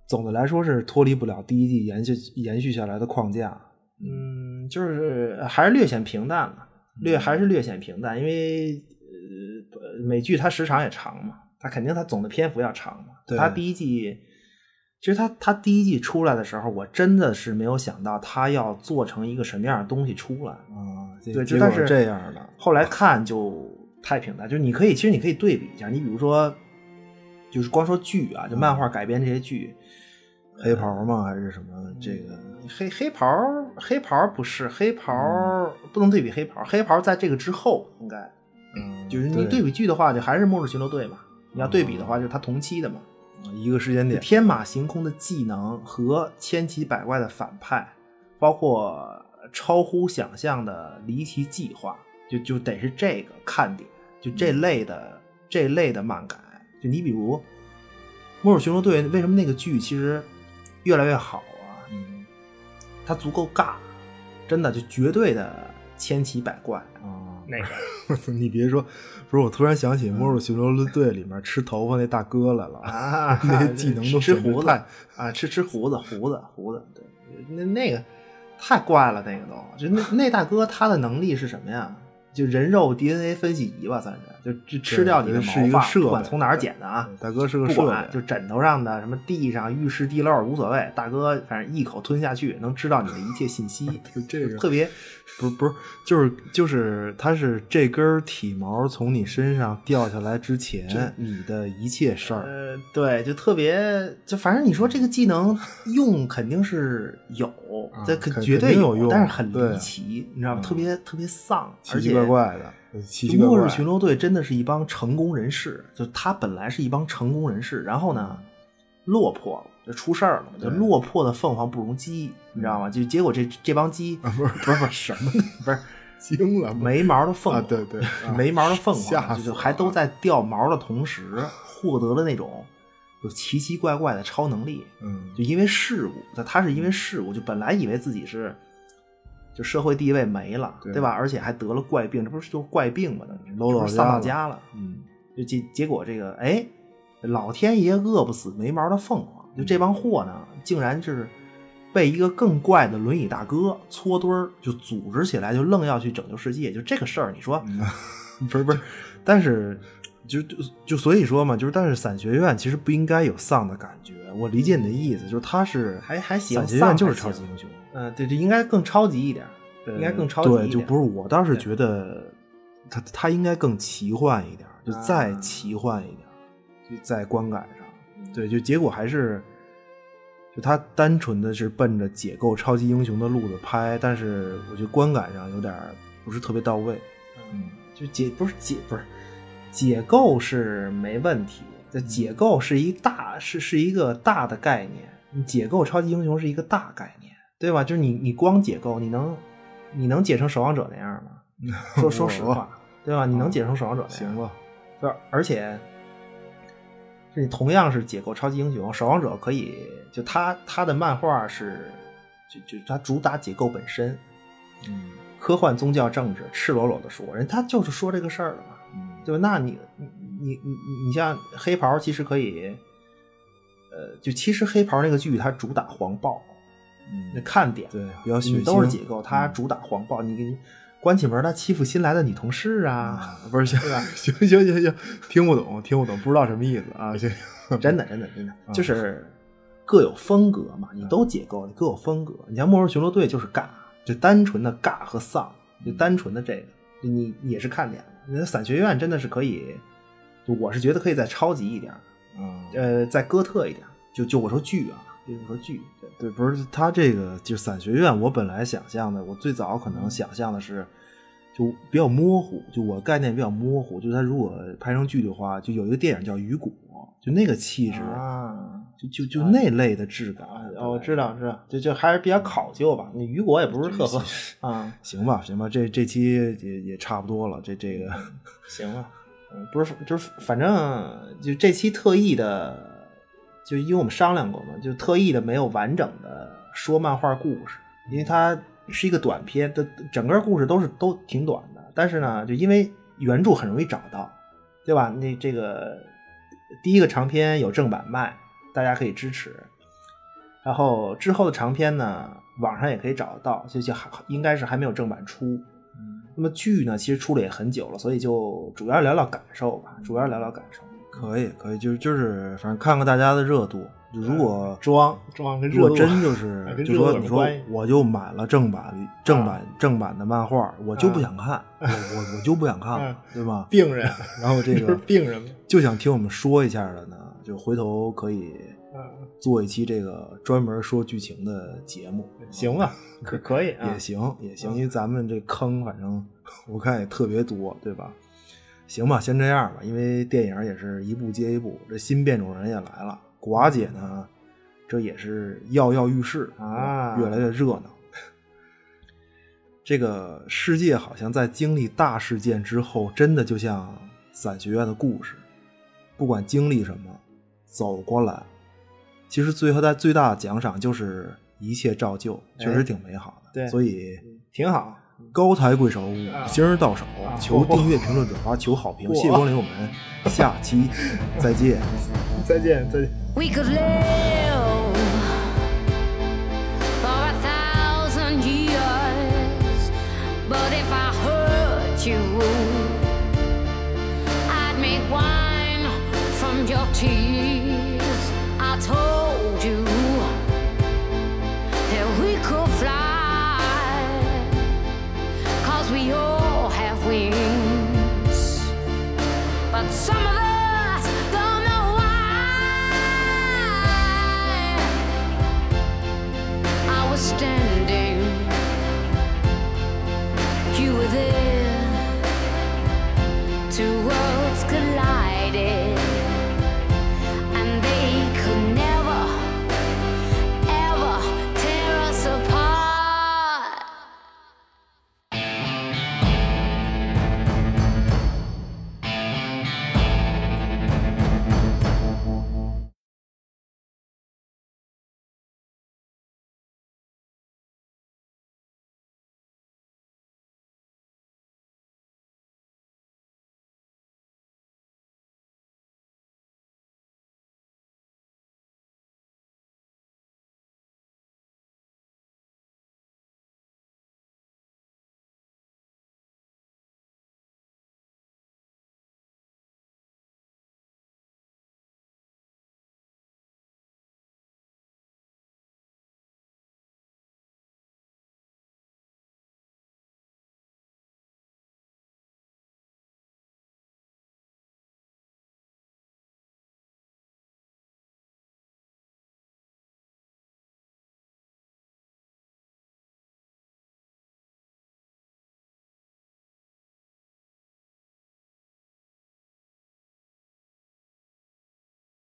B: 总的来说是脱离不了第一季延续延续下来的框架，
A: 嗯，就是还是略显平淡了，略还是略显平淡，因为呃美剧它时长也长嘛，它肯定它总的篇幅要长嘛。
B: 对
A: 它第一季，其实它它第一季出来的时候，我真的是没有想到它要做成一个什么样的东西出来。
B: 啊，结
A: 对，
B: 结
A: 就
B: 果
A: 但是
B: 这样的，
A: 后来看就太平淡，就是你可以，其实你可以对比一下，你比如说，就是光说剧啊，
B: 嗯
A: 就漫画改编这些剧，
B: 黑袍吗？还是什么？这个
A: 黑黑袍儿黑袍儿不是黑袍
B: 嗯
A: 儿、不能对比黑袍儿，黑袍儿在这个之后应该
B: 嗯
A: 就是你对比剧的话，就还是《末日巡逻队》嘛。你要对比的话，就是它同期的嘛。
B: 一个时间点，
A: 天马行空的技能和千奇百怪的反派，包括超乎想象的离奇计划，就就得是这个看点，就这
B: 嗯
A: 类的、这类的漫改。就你比如《末日巡逻队》，为什么那个剧其实越来越好啊？
B: 嗯
A: 它足够尬，真的就绝对的千奇百怪。
B: 啊，
A: 那个
B: [LAUGHS] 你别说，不是我突然想起《末日巡逻队》里面吃头发那大哥来了，
A: 啊，
B: [LAUGHS] 那些技能都
A: 吃
B: 省得
A: 胡子
B: 太
A: 啊，吃吃胡子，胡子胡子，对，那那个太怪了，那个都就那那大哥他的能力是什么呀？就人肉 DNA 分析仪吧，算是就就吃
B: 对
A: 掉你的
B: 这是一
A: 毛
B: 个
A: 发，
B: 设
A: 不管
B: 备
A: 从哪儿捡的啊，
B: 大哥是个
A: 不
B: 设
A: 管
B: 备
A: 就，枕头上的、什么地上、浴室地漏无所谓，大哥反正一口吞下去，能知道你的一切信息，
B: 就这个
A: 特别
B: 不是不是，就是就是，它是这根体毛从你身上掉下来之前，你的一切事儿，
A: 呃，对，就特别，就反正你说这个技能用肯定是有，
B: 啊
A: 这肯
B: 肯
A: 绝对
B: 肯定有用
A: 但是很
B: 对
A: 离奇，你知道吗？
B: 嗯
A: 特别特别丧，
B: 奇
A: 而
B: 奇
A: 且
B: 怪怪的，奇
A: 就
B: 奇怪
A: 末
B: 怪
A: 日。巡逻队真的是一帮成功人士，就他本来是一帮成功人士，然后呢，落魄了，就出事儿了，就
B: 对嗯
A: 落 [LAUGHS]
B: [LAUGHS]
A: 魄的凤凰不容鸡，你知道吗？就结果这这帮鸡
B: 不是不是不是什么
A: 不是 [LAUGHS]
C: 惊了，
A: 没毛的凤
C: 啊，
A: 凰，
C: 对对，啊
A: 没毛的凤
C: 吓
A: 凰，
C: 死
A: 就是还
C: 了
A: 都在掉毛的同时，获得了那种就奇奇怪怪的超能力，
C: 嗯
A: 就因为事故，他他是因为事故，就本来以为自己是就社会地位没了，
C: 对
A: 对吧？而且还得了怪病，这不是就是怪病吗？等于
B: 搂
A: 这
B: 老
A: 不是丧
B: 家
A: 到
B: 了
A: 家了，
C: 嗯，
A: 就结结果这个哎，老天爷饿不死没毛的凤凰，就这帮货呢，竟然是被一个更怪的轮椅大哥搓堆儿就组织起来，就愣要去拯救世界，就这个事儿，你
B: 嗯
A: 说
B: [LAUGHS]
C: 不是不是，
B: 但是就就就所以说嘛，就是但是伞学院其实不应该有丧的感觉。我理解你的意思，就是他是
A: 还还行，
B: 伞学
A: 丧
B: 院就
A: 还
B: 是超
A: 行
B: 级英雄，
A: 嗯，对，这应该更超级一点儿，应该更超级一
B: 对，
A: 点。
B: 就不是我倒是
A: 对
B: 觉得他他应该更奇幻一点，就再
A: 啊
B: 奇幻一点，就在观感上，对，就结果还是就他单纯的是奔着解构超级英雄的路子拍，但是我觉得观感上有点儿不是特别到位。
A: 嗯，就解不是解不是解构是没问题，这解构是一大是是一个大的概念，你解构超级英雄是一个大概念，对吧？就是你你光解构，你能你能解成守望者那样吗？说说实话，对吧？你能解成守望者那样
C: 行
A: 吗？
C: 吧，
A: 对，而且这同样是解构超级英雄，守望者可以就他他的漫画是就就他主打解构本身，
C: 嗯
A: 科幻、宗教、政治，赤裸裸的说，人他就是说这个事儿了嘛，
C: 嗯，
A: 对吧？那你你你你你像黑袍，其实可以，呃，就其实黑袍那个剧它主打黄暴，那
C: 嗯
A: 看点
B: 对，比较血
A: 你
B: 腥，嗯
A: 都是解构，它主打黄暴，你关起门他欺负新来的女同事啊，
B: 嗯
A: [LAUGHS]
B: 不是
A: 对吧？
C: 行行行行，听不懂听不懂，不知道什么意思啊，行，
A: [LAUGHS] 真的，真的，真的，就是各有风格嘛，你都解构，你各有风格。你像《末日巡逻队》就是尬，就单纯的尬和丧，就单纯的这个，就你你也是看点。那伞学院真的是可以，就我是觉得可以再超级一点，
C: 嗯
A: 呃，再哥特一点。就就我说剧啊，就我说剧，对
B: 对，不是他这个就是伞学院，我本来想象的，我最早可能想象的是，就比较模糊，就我概念比较模糊，就他如果拍成剧的话，就有一个电影叫《雨果》，就那个气质，
A: 啊。
B: 就就就那类的质感。
A: 啊，哦，我知道，知道，就就还是比较考究吧。那雨果也不是特合啊，
B: [LAUGHS] 行吧，行吧，这这期也也差不多了，这这个
A: 行吧，嗯，不是，就是反正就这期特意的，就因为我们商量过嘛，就特意的没有完整的说漫画故事，因为它是一个短篇，的整个故事都是都挺短的。但是呢，就因为原著很容易找到，对吧？那这个第一个长篇有正版卖，大家可以支持。然后之后的长篇呢，网上也可以找得到，就就还应该是还没有正版出。
B: 嗯
A: 那么剧呢，其实出了也很久了，所以就主要聊聊感受吧，主要聊聊感受。
B: 可以可以，就是就是反正看看大家的热度，就如
A: 嗯
B: 果
A: 装装跟
B: 如
A: 热
B: 果
A: 度
C: [LAUGHS]
B: 真就是
C: 啊哎跟
B: 就
C: 热度
B: 说
C: 有
B: 你说
C: 关系啊
B: 我就买了正版正版正版的漫画，我就不想看，我我我就不想看了，对吧？
C: 嗯病人， [LAUGHS]
B: 然后这
C: 这是
B: 个
C: 病人吗，
B: 就想听我们说一下的呢，就回头可以
C: 嗯，
B: 做一期这个专门说剧情的节目，
C: 行啊吧，
A: 可可以啊
B: 也，行也行，因为咱们这坑反正 [LAUGHS] 我看也特别多，对吧？行吧，先这样吧，因为电影也是一部接一部，这新变种人也来了，寡姐呢，这也是跃跃欲试
A: 啊
B: 越来越热闹。这个世界好像在经历大事件之后，真的就像伞学院的故事，不管经历什么，走过来，其实最后在最大的奖赏就是一切照旧，确实挺美好的。
A: 对
B: 所以
A: 挺好。
B: 高抬贵手，五
C: 嗯啊
B: 星儿到手，
C: 啊 [LAUGHS]
B: 求订阅、评论、转发，求好评，谢谢光临，我们下期再
C: [LAUGHS]
B: 见。
C: 再见再见。
D: We could live for a thousand years, but if I hurt you, I'd make wine from your tears. I told you that we could fly, cause we all have wings. But some of us don't know why. I was standing